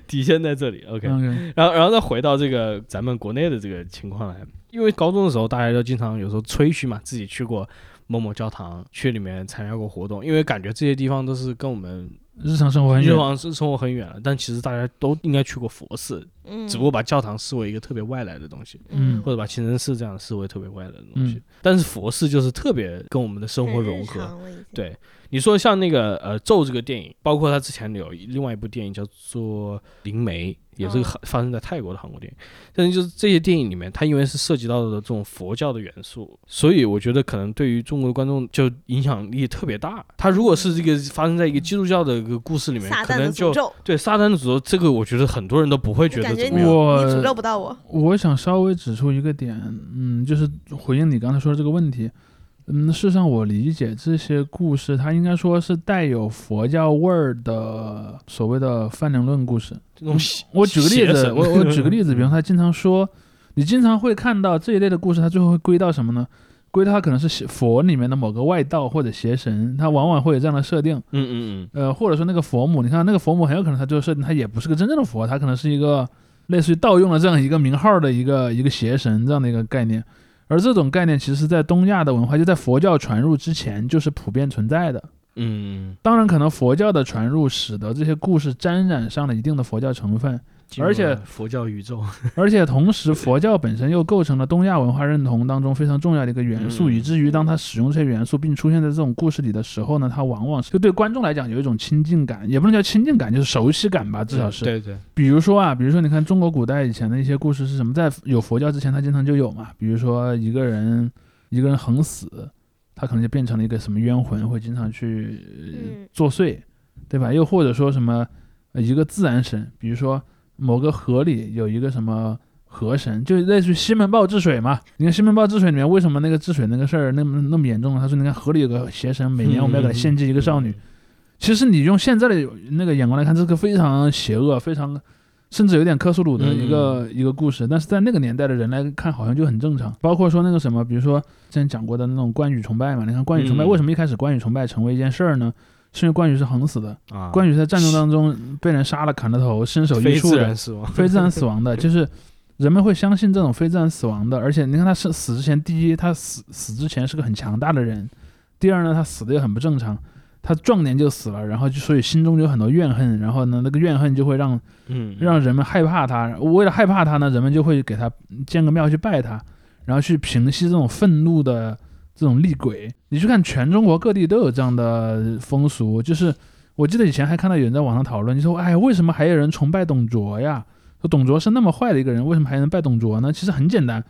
A: 底线在这里，OK。
B: ，OK，
A: 然后，然后再回到这个咱们国内的这个情况来，因为高中的时候大家都经常有时候吹嘘嘛，自己去过某某教堂，去里面参加过活动，因为感觉这些地方都是跟我们
B: 日常生活很
A: 日
B: 远，
A: 常生活很远了，但其实大家都应该去过佛寺，
C: 嗯，
A: 只不过把教堂视为一个特别外来的东西，
B: 嗯
A: 或者把清真寺这样视为特别外来的东西。
B: 嗯
A: 但是佛寺就是特别跟我们的生活融合，
C: 合
A: 对，你说像那个呃《咒》这个电影，包括他之前有另外一部电影叫做《灵媒》，也是个
C: 嗯
A: 韩发生在泰国的韩国电影。但是就是这些电影里面，它因为是涉及到的这种佛教的元素，所以我觉得可能对于中国的观众就影响力特别大。它如果是这个发生在一个基督教的一个故事里面
C: 撒，
A: 可
C: 旦
A: 能
C: 的诅
A: 就
C: 咒，
A: 对撒旦的诅咒，这个我觉得很多人都不会觉得
C: 感觉
A: 怎么
C: 你
A: 样。
B: 我
C: 你诅咒不到我。
B: 我想稍微指出一个点，嗯，就是回应你刚才说的这个问题。嗯，事实上，我理解这些故事，它应该说是带有佛教味儿的所谓的泛灵论故事。
A: 这种邪
B: 我举个例
A: 邪
B: 子，
A: 神
B: 我我举个
A: [LAUGHS]
B: 例子，比方他经常说，你经常会看到这一类的故事，它最后会归到什么呢？归到它可能是邪佛里面的某个外道或者邪神，它往往会有这样的设定。
A: 嗯嗯
B: 呃，或者说那个佛母，你看那个佛母很有可能他就是他也不是个真正的佛，他可能是一个类似于盗用了这样一个名号的一个一个邪神这样的一个概念。而这种概念其实，在东亚的文化，就在佛教传入之前，就是普遍存在的。
A: 嗯嗯
B: 当然，可能佛教的传入使得这些故事沾染上了一定的佛教成分，
A: 进入
B: 而且
A: 了佛教宇宙，
B: 而且同时，佛教本身又构成了东亚文化认同当中非常重要的一个元素，
A: 嗯
B: 以至于当它使用这些元素并出现在这种故事里的时候呢，它往往是就对观众来讲有一种亲近感，也不能叫亲近感，就是熟悉感吧，至少
A: 嗯
B: 是。
A: 对对，
B: 比如说啊，比如说你看中国古代以前的一些故事是什么，在有佛教之前，它经常就有嘛，比如说一个人一个人横死，他可能就变成了一个什么冤魂，会经常去呃
C: 嗯
B: 作祟，对吧？又或者说什么呃一个自然神，比如说某个河里有一个什么河神，就类似于西门豹治水嘛。你看西门豹治水里面为什么那个治水那个事儿那么那么严重呢？他说你看河里有个邪神，每年我
A: 嗯
B: 们要给他献祭一个少女。其实你用现在的那个眼光来看，这是个非常邪恶、非常甚至有点科苏鲁的一
A: 嗯
B: 个、一个故事，但是在那个年代的人来看，好像就很正常。包括说那个什么，比如说之前讲过的那种关羽崇拜嘛，你看关羽崇拜、
A: 嗯
B: 为什么一开始关羽崇拜成为一件事儿呢？是因为关羽是横死的，
A: 啊，
B: 关羽在战争当中被人杀了、砍了头、身首异
A: 非
B: 处
A: 自
B: 的
A: 然，死亡，
B: 非自然死亡的，就是人们会相信这种非自然死亡的。而且你看他是死之前，第一他死死之前是个很强大的人，第二呢他死的也很不正常，他壮年就死了，然后就所以心中就有很多怨恨，然后呢那个怨恨就会让
A: 嗯，
B: 让人们害怕他，为了害怕他呢，人们就会给他建个庙去拜他，然后去平息这种愤怒的这种厉鬼。你去看全中国各地都有这样的风俗，就是我记得以前还看到有人在网上讨论，就说哎，为什么还有人崇拜董卓呀？说董卓是那么坏的一个人，为什么还能拜董卓呢？其实很简单，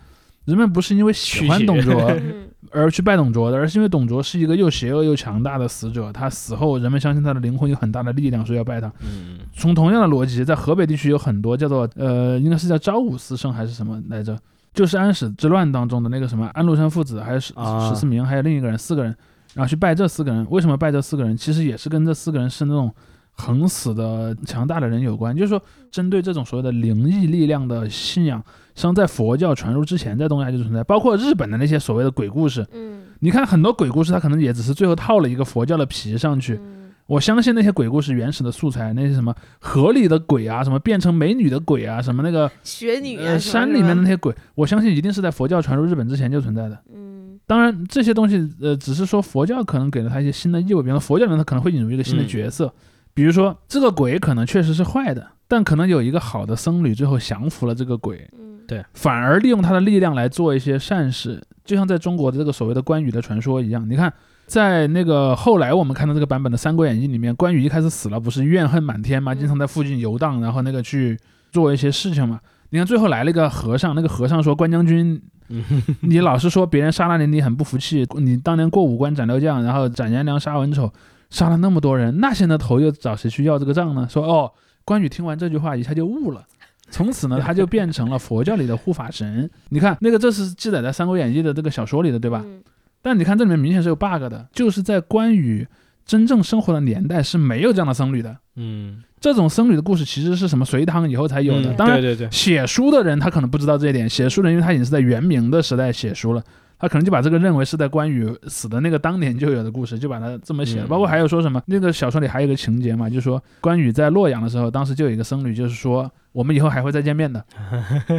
B: 人们不是因为喜欢
A: 驱邪
B: 董卓
C: 嗯
B: [LAUGHS] 而去拜董卓的，而是因为董卓是一个又邪恶又强大的死者，他死后人们相信他的灵魂有很大的力量，所以要拜他。
A: 嗯
B: 从同样的逻辑，在河北地区有很多叫做呃，应该是叫昭武四圣还是什么来着？就是安史之乱当中的那个什么安禄山父子，还有史
A: 啊
B: 史思明，还有另一个人，四个人，然后去拜这四个人。为什么拜这四个人？其实也是跟这四个人是那种横死的强大的人有关。就是说，针对这种所谓的灵异力量的信仰，实际上在佛教传入之前，在东亚就存在，包括日本的那些所谓的鬼故事。
C: 嗯
B: 你看很多鬼故事，它可能也只是最后套了一个佛教的皮
A: [LAUGHS]
B: 上去，
C: 嗯
B: 我相信那些鬼故事原始的素材，那些什么河里的鬼啊，什么变成美女的鬼啊，什么那个、
C: 雪女啊
B: 呃
C: 什么
B: 山
C: 什
B: 里面的
C: 么
B: 那些鬼，我相信一定是在佛教传入日本之前就存在的。
C: 嗯
B: 当然，这些东西呃，只是说佛教可能给了他一些新的意味，比方说佛教里面它可能会引入一个新的
A: 嗯
B: 角色，比如说这个鬼可能确实是坏的，但可能有一个好的僧侣最后降服了这个鬼，
C: 嗯
A: 对
B: 反而利用他的力量来做一些善事，就像在中国的这个所谓的关羽的传说一样。你看，在那个后来我们看到这个版本的《三国演义》里面，关羽一开始死了，不是怨恨满天吗？
C: 嗯
B: 经常在附近游荡，然后那个去做一些事情嘛。你看最后来了一个和尚，那个和尚说：“关将军，你老是说别人杀了你，你很不服气。你当年过五关斩六将，然后斩颜良杀文丑，杀了那么多人，那些人的头又找谁去要这个账呢？”说：“哦。”关羽听完这句话，一下就悟了。从此呢，他就变成了佛教里的护法神。你看，那个这是记载在《三国演义》的这个小说里的，对吧？
C: 嗯
B: 但你看这里面明显是有 bug 的，就是在关羽真正生活的年代是没有这样的僧侣的。
A: 嗯，
B: 这种僧侣的故事其实是什么隋唐以后才有的。
A: 嗯
B: 当然，
A: 对对对，
B: 写书的人他可能不知道这一点，写书的人因为他已经是在元明的时代写书了。他可能就把这个认为是在关羽死的那个当年就有的故事，就把它这么写了。
A: 嗯
B: 包括还有说什么那个小说里还有一个情节嘛，就是说关羽在洛阳的时候，当时就有一个僧侣，就是说我们以后还会再见
A: [LAUGHS]
B: 面的，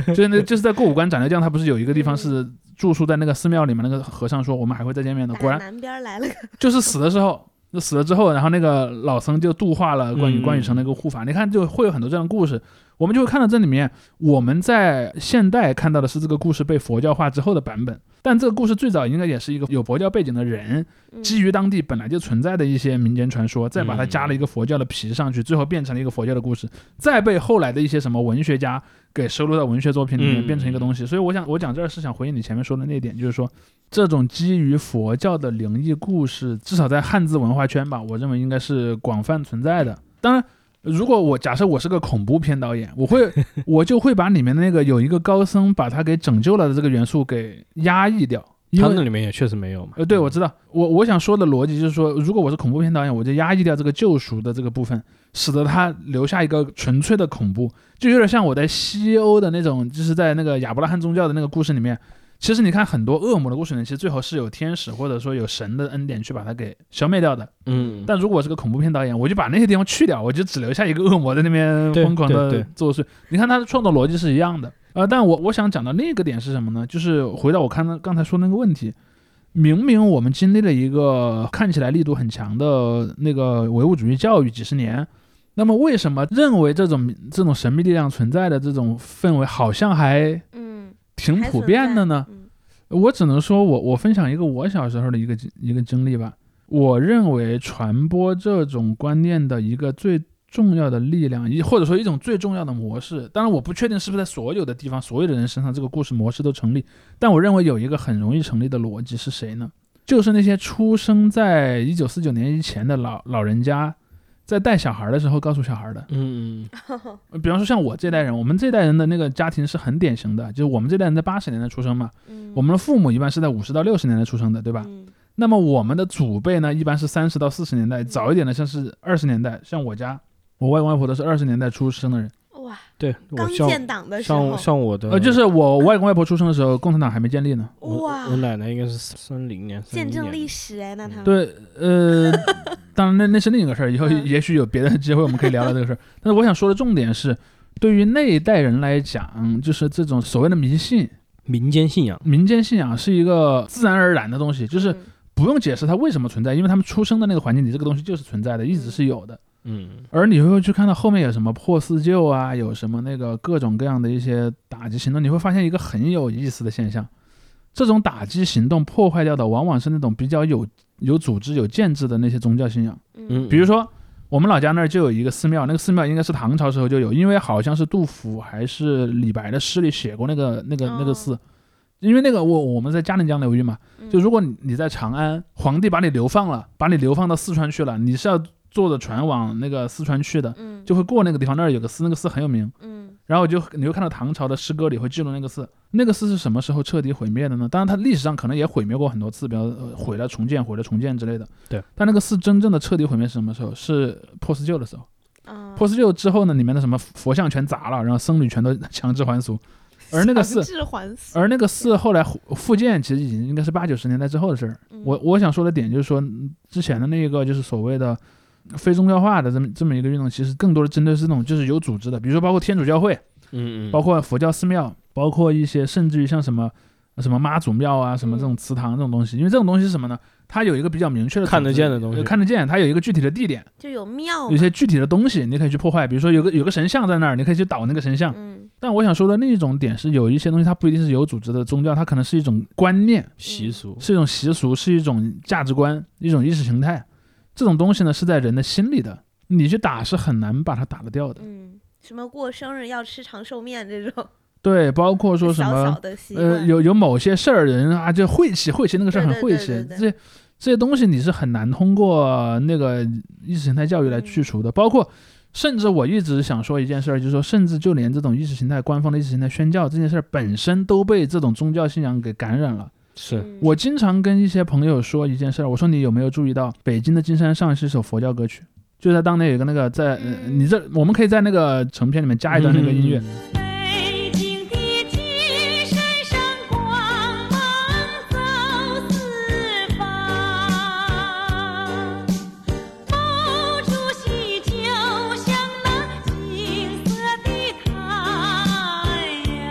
B: 就是那就是在过五关斩六将，他不是有一个地方是
A: 嗯
B: 住宿在那个寺庙里嘛，那个和尚说我们还会再见面的，
C: 打
B: 果然
C: 南边儿来了个
B: 就是死的时候，就死了之后，然后那个老僧就度化了关羽，
A: 嗯
B: 关羽成了一个护法。你看，就会有很多这样的故事，我们就会看到这里面，我们在现代看到的是这个故事被佛教化之后的版本，但这个故事最早应该也是一个有佛教背景的人，
C: 嗯
B: 基于当地本来就存在的一些民间传说，再把它加了一个佛教的皮上去，最后变成了一个佛教的故事，再被后来的一些什么文学家给收录到文学作品里面，
A: 嗯
B: 变成一个东西。所以我想，我讲这儿是想回应你前面说的那一点，就是说，这种基于佛教的灵异故事，至少在汉字文化圈吧，我认为应该是广泛存在的。当然。如果我假设我是个恐怖片导演，我会 [LAUGHS] 我就会把里面那个有一个高僧把他给拯救了的这个元素给压抑掉，因
A: 他
B: 为
A: 那里面也确实没有嗯嘛。
B: 呃，对，我知道，我我想说的逻辑就是说，如果我是恐怖片导演，我就压抑掉这个救赎的这个部分，使得它留下一个纯粹的恐怖，就有点像我在西欧的那种，就是在那个亚伯拉罕宗教的那个故事里面，其实你看很多恶魔的故事里面，其实最后是有天使或者说有神的恩典去把它给消灭掉的。
A: 嗯，
B: 但如果我是个恐怖片导演，我就把那些地方去掉，我就只留下一个恶魔在那边
A: 对
B: 疯狂
A: 对
B: 的
A: 对
B: 作祟。你看他的创作逻辑是一样的，呃，但我我想讲的另一个点是什么呢？就是回到我看到刚才说那个问题，明明我们经历了一个看起来力度很强的那个唯物主义教育几十年，那么为什么认为这种这种神秘力量存在的这种氛围好像还
C: 嗯，
B: 挺
C: 还
B: 普
C: 存
B: 遍
C: 在
B: 的呢？
C: 嗯
B: 我只能说我我分享一个我小时候的一个经一个经历吧。我认为传播这种观念的一个最重要的力量，一或者说一种最重要的模式，当然我不确定是不是在所有的地方、所有的人身上这个故事模式都成立，但我认为有一个很容易成立的逻辑是谁呢？就是那些出生在一九四九年以前的老老人家，在带小孩的时候告诉小孩的。
A: 嗯嗯
B: 呃比方说像我这代人，我们这代人的那个家庭是很典型的，就是我们这代人在八十年代出生嘛，
C: 嗯，
B: 我们的父母一般是在五十到六十年代出生的，对吧？
C: 嗯
B: 那么我们的祖辈呢，一般是三十到四十年代，早一点的像是二十年代，像我家，我外公外婆都是二十年代出生的人，
C: 哇，
A: 对，我
C: 刚
A: 像
C: 建党的时候
A: 像，像我的
B: 呃，
C: 嗯
B: 就是我外公外婆出生的时候，共产党还没建立呢。
A: 我
C: 哇
A: 我，奶奶应该是三零年，
C: 见证历
A: 史。
C: 史哎，那他们
B: 对，呃， [LAUGHS] 当然那那是另一个事儿，以后
C: 嗯
B: 也许有别的机会我们可以聊聊这个事儿。但是我想说的重点是，对于那一代人来讲，就是这种所谓的迷信，
A: 民间信仰，
B: 民间信仰是一个自然而然的东西，就是
C: 嗯
B: 不用解释它为什么存在，因为他们出生的那个环境里，这个东西就是存在的，一直是有的。
A: 嗯，
B: 而你会去看到后面有什么破四旧啊，有什么那个各种各样的一些打击行动，你会发现一个很有意思的现象：这种打击行动破坏掉的，往往是那种比较有有组织、有建制的那些宗教信仰。
A: 嗯
B: 比如说，我们老家那儿就有一个寺庙，那个寺庙应该是唐朝时候就有，因为好像是杜甫还是李白的诗里写过那个那个那个
C: 哦
B: 寺。因为那个我我们在嘉陵江流域嘛，就如果你你在长安，皇帝把你流放了，把你流放到四川去了，你是要坐着船往那个四川去的，
C: 嗯
B: 就会过那个地方，那儿有个寺，那个寺很有名。
C: 嗯
B: 然后就你会看到唐朝的诗歌里会记录那个寺，那个寺是什么时候彻底毁灭的呢？当然，它历史上可能也毁灭过很多次，比如、呃、毁了重建、毁了重建之类的。
A: 对。
B: 但那个寺真正的彻底毁灭是什么时候？是破四旧的时候。
C: 啊，
B: 破四旧之后呢，里面的什么佛像全砸了，然后僧侣全都 [LAUGHS] 强制还俗，而那个寺
C: [LAUGHS] 强制还俗
B: 而那个寺后来复建，其实已经应该是八九十年代之后的事儿。
C: 嗯
B: 我我想说的点就是说，嗯之前的那个就是所谓的非宗教化的这么这么一个运动，其实更多的针对是那种就是有组织的，比如说包括天主教会，
A: 嗯嗯，
B: 包括佛教寺庙，包括一些甚至于像什么什么妈祖庙啊，
A: 嗯
B: 什么这种祠堂这种东西，因为这种东西是什么呢？它有一个比较明确的
A: 看得
B: 组织
A: 见的东西嗯
B: 呃看得见，它有一个具体的地点，
C: 就有庙
B: 有
C: 嘛，
B: 些具体的东西你可以去破坏，比如说有个有个神像在那儿，你可以去倒那个神像。
C: 嗯
B: 但我想说的另一种点是，有一些东西它不一定是有组织的宗教，它可能是一种观念，
A: 习俗，
B: 是一种习俗，是一种价值观，一种意识形态。这种东西呢是在人的心里的，你去打是很难把它打得掉的。
C: 嗯，什么过生日要吃长寿面这种
B: 对，包括说什
C: 小
B: 么
C: 小的习惯，
B: 呃，有有某些事儿人啊，就晦气，晦气那个事儿很
C: 对对
B: 晦
C: 对
B: 气，
C: 对对
B: 这些这些东西你是很难通过那个意识形态教育来
C: 嗯
B: 去除的。包括，甚至我一直想说一件事儿，就是说，甚至就连这种意识形态官方的意识形态宣教这件事儿本身都被这种宗教信仰给感染了。
A: 是
C: 嗯
B: 我经常跟一些朋友说一件事儿，我说你有没有注意到北京的金山上是一首佛教歌曲？就在当年有一个那个在，呃、
C: 嗯
B: 你这我们可以在那个成片里面加一段那个音乐，，
A: 嗯
D: 北京的金山上光
C: 嗯
D: 芒走四方，某处西就像那金色的太阳，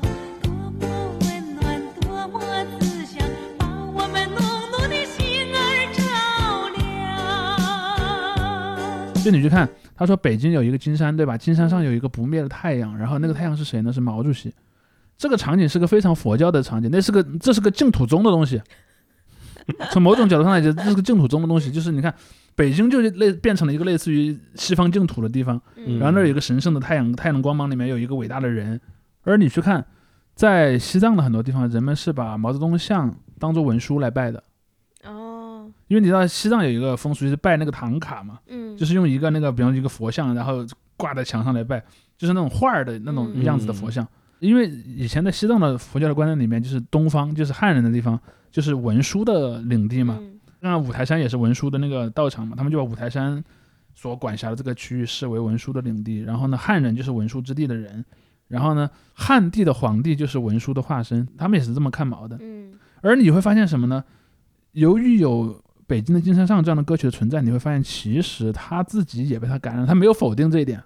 D: 多么温暖，多么慈祥，把我们浓浓的心儿照亮。
B: 就你去看，他说北京有一个金山，对吧？金山上有一个不灭的太阳，然后那个太阳是谁呢？是毛主席。这个场景是个非常佛教的场景，那是个这是个净土宗的东西。从某种角度上来讲，这是个净土宗的东西，就是你看，北京就类变成了一个类似于西方净土的地方，
A: 嗯
B: 然后那儿有一个神圣的太阳，太阳光芒里面有一个伟大的人。而你去看，在西藏的很多地方，人们是把毛泽东像当做文书来拜的，嗯
C: 哦，
B: 因为你知道西藏有一个风俗就是拜那个唐卡嘛，
C: 嗯，
B: 就是用一个那个，比方说一个佛像，然后挂在墙上来拜，就是那种画儿的那种
C: 嗯
B: 样子的佛像。因为以前在西藏的佛教的观念里面，就是东方就是汉人的地方，就是文殊的领地嘛。
C: 嗯
B: 那五台山也是文殊的那个道场嘛，他们就把五台山所管辖的这个区域视为文殊的领地。然后呢，汉人就是文殊之地的人。然后呢，汉地的皇帝就是文殊的化身，他们也是这么看毛的。
C: 嗯
B: 而你会发现什么呢？由于有北京的金山上这样的歌曲的存在，你会发现其实他自己也被他感染，他没有否定这一点，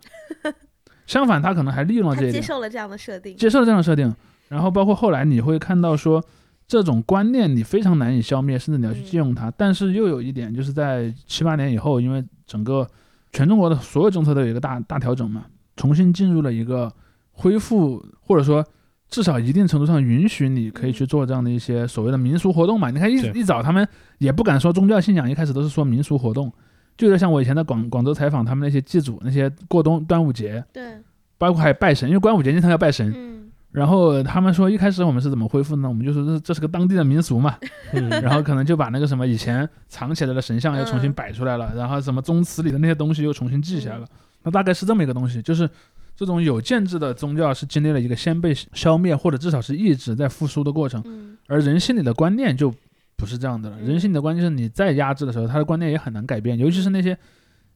B: [LAUGHS] 相反，他可能还利用了
C: 他
B: 这一
C: 接
B: 点，
C: 受了这样的设定，
B: 接受了这样的设定。然后包括后来你会看到说，这种观念你非常难以消灭，甚至你要去
C: 嗯
B: 借用它。但是又有一点，就是在七八年以后，因为整个全中国的所有政策都有一个大大调整嘛，重新进入了一个恢复，或者说至少一定程度上允许你可以去做这样的一些所谓的民俗活动嘛。你看一
A: 对
B: 一早他们也不敢说宗教信仰，一开始都是说民俗活动，就有点像我以前在广广州采访他们那些祭祖，那些过冬端午节，
C: 对，
B: 包括还有拜神，因为端午节经常要拜神，
C: 嗯，
B: 然后他们说一开始我们是怎么恢复呢？我们就说这这是个当地的民俗嘛，
A: 嗯
B: [LAUGHS] 然后可能就把那个什么以前藏起来的神像又重新摆出来了，然后什么宗祠里的那些东西又重新记起来了。那大概是这么一个东西，就是这种有建制的宗教是经历了一个先被消灭或者至少是抑制在复苏的过程，
C: 嗯，
B: 而人心里的观念就不是这样的了。
C: 嗯
B: 人心里的观念就是你再压制的时候，他的观念也很难改变，尤其是那些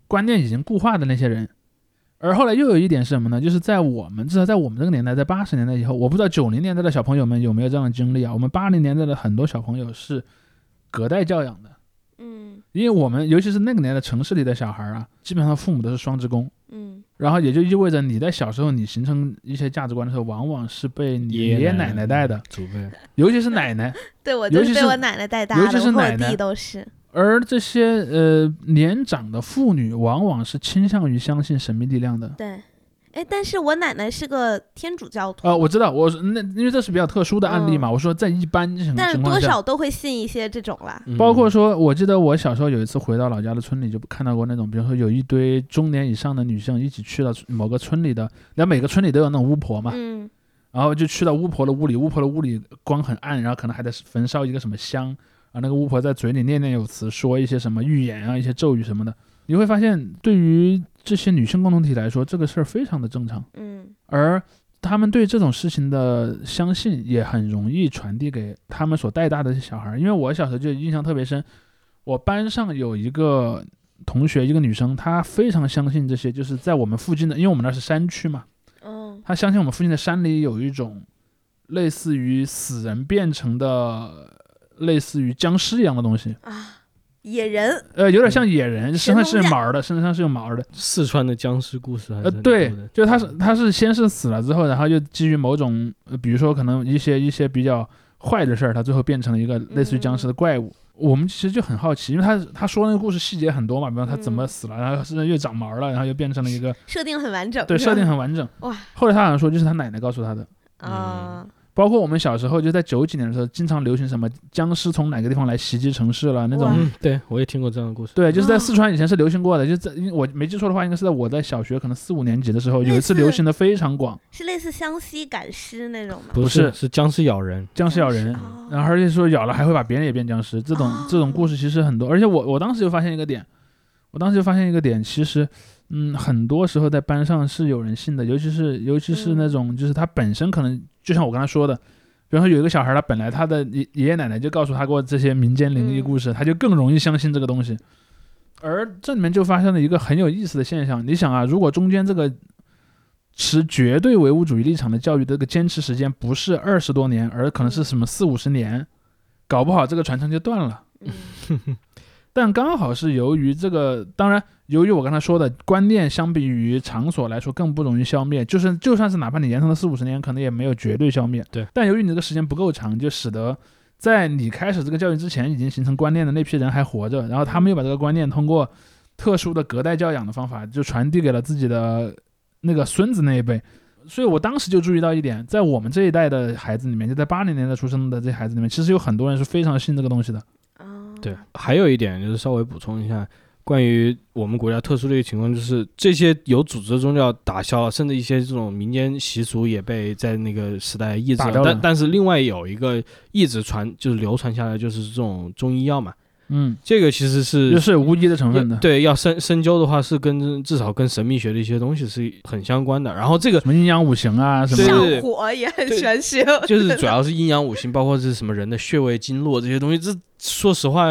B: 观念已经固化的那些人。而后来又有一点是什么呢？就是在我们至少在我们这个年代，在八十年代以后，我不知道九零年代的小朋友们有没有这样的经历啊。我们八零年代的很多小朋友是隔代教养的，
C: 嗯，
B: 因为我们尤其是那个年代城市里的小孩啊，基本上父母都是双职工，
C: 嗯，
B: 然后也就意味着你在小时候你形成一些价值观的时候，往往是被你爷爷奶奶带的，
A: 祖辈，
B: 尤其是奶奶。
C: 对我就
B: 尤其
C: 是被
B: 是
C: 我奶奶带大
B: 尤
C: 的，
B: 其是
C: 我和
B: 奶
C: 我
B: 奶
C: 弟都是，
B: 而这些呃年长的妇女往往是倾向于相信神秘力量的。
C: 对，哎，但是我奶奶是个天主教徒，
B: 呃，我知道，我是那因为这是比较特殊的案例嘛，我说在一般情
C: 嗯但是
B: 情
C: 多
B: 况下，
C: 少都会信一些这种啦。
A: 嗯
B: 包括说，我记得我小时候有一次回到老家的村里，就看到过那种，比如说有一堆中年以上的女性一起去了某个村里的，然后每个村里都有那种巫婆嘛，
C: 嗯
B: 然后就去到巫婆的屋里，巫婆的屋里光很暗，然后可能还在焚烧一个什么香，啊，那个巫婆在嘴里念念有词，说一些什么预言啊，一些咒语什么的。你会发现，对于这些女性共同体来说，这个事儿非常的正常，
C: 嗯
B: 而她们对这种事情的相信也很容易传递给她们所带大的小孩儿。因为我小时候就印象特别深，我班上有一个同学，一个女生，她非常相信这些，就是在我们附近的，因为我们那是山区嘛，
C: 嗯
B: 他相信我们附近的山里有一种类似于死人变成的。类似于僵尸一样的东西，
C: 啊，野人，
B: 呃，有点像野人，身上是有
C: 神农架
B: 毛的，身上是有毛的，
A: 四川的僵尸故事还
B: 呃
A: 是，很多
B: 对
A: 的，
B: 就他是他是先是死了之后，然后就基于某种，呃比如说可能一些一些比较坏的事儿，他最后变成了一个类似于僵尸的怪物。我们其实就很好奇，因为他他说那个故事细节很多嘛，比方他怎么
C: 嗯
B: 死了，然后身上又长毛了，然后又变成了一个，
C: 设定很完整，
B: 对，啊
C: 是吧
B: 设定很完整。
C: 哇
B: 后来他好像说就是他奶奶告诉他的，
C: 啊，
B: 包括我们小时候就在九几年的时候，经常流行什么僵尸从哪个地方来袭击城市了那种
C: 哇。
A: 嗯，对我也听过这样的故事。
B: 对，就是在
C: 哦
B: 四川以前是流行过的，就在因为我没记错的话，应该是在我在小学可能四五年级的时候，有一次
C: 那次
B: 流行的非常广，
C: 是类似湘西赶尸那种吗？
A: 不
B: 是
A: 是，是僵尸咬人。
B: 僵尸咬人，
C: 哦
B: 然后而且说咬了还会把别人也变僵尸，这种
C: 哦
B: 这种故事其实很多，而且我我当时就发现一个点，我当时就发现一个点，其实嗯，很多时候在班上是有人信的，尤其是尤其是
C: 嗯
B: 那种就是他本身可能就像我刚才说的，比方说有一个小孩儿，他本来他的爷爷爷奶奶就告诉他过这些民间灵异
C: 嗯
B: 故事，他就更容易相信这个东西。而这里面就发生了一个很有意思的现象，你想啊，如果中间这个持绝对唯物主义立场的教育的这个坚持时间不是二十多年，而可能是什么四五十年，搞不好这个传承就断了。
C: 嗯
B: 但刚好是由于这个，当然，由于我刚才说的观念，相比于场所来说更不容易消灭。就是就算是哪怕你延长了四五十年，可能也没有绝对消灭。
A: 对。
B: 但由于你这个时间不够长，就使得在你开始这个教育之前已经形成观念的那批人还活着，然后他们又把这个观念通过特殊的隔代教养的方法，就传递给了自己的那个孙子那一辈。所以我当时就注意到一点，在我们这一代的孩子里面，就在八零年代出生的这些孩子里面，其实有很多人是非常信这个东西的。
C: 啊，
A: 对，还有一点就是稍微补充一下，关于我们国家特殊的一个情况，就是这些有组织的宗教打消了，甚至一些这种民间习俗也被在那个时代抑制
B: 打
A: 了。
B: 掉了
A: 但但是另外有一个一直传就是流传下来，就是这种中医药嘛，
B: 嗯，
A: 这个其实是
B: 就是无一的成分的。
A: 对，要深深究的话，是跟至少跟神秘学的一些东西是很相关的。然后这个
B: [LAUGHS] 什么阴阳五行啊，什
A: 对
B: 么
A: 对
C: 上
A: 对
C: 火也很
A: 对
C: 玄学，
A: 就是主要是阴阳五行，包括是什么人的穴位、经络这些东西，这说实话，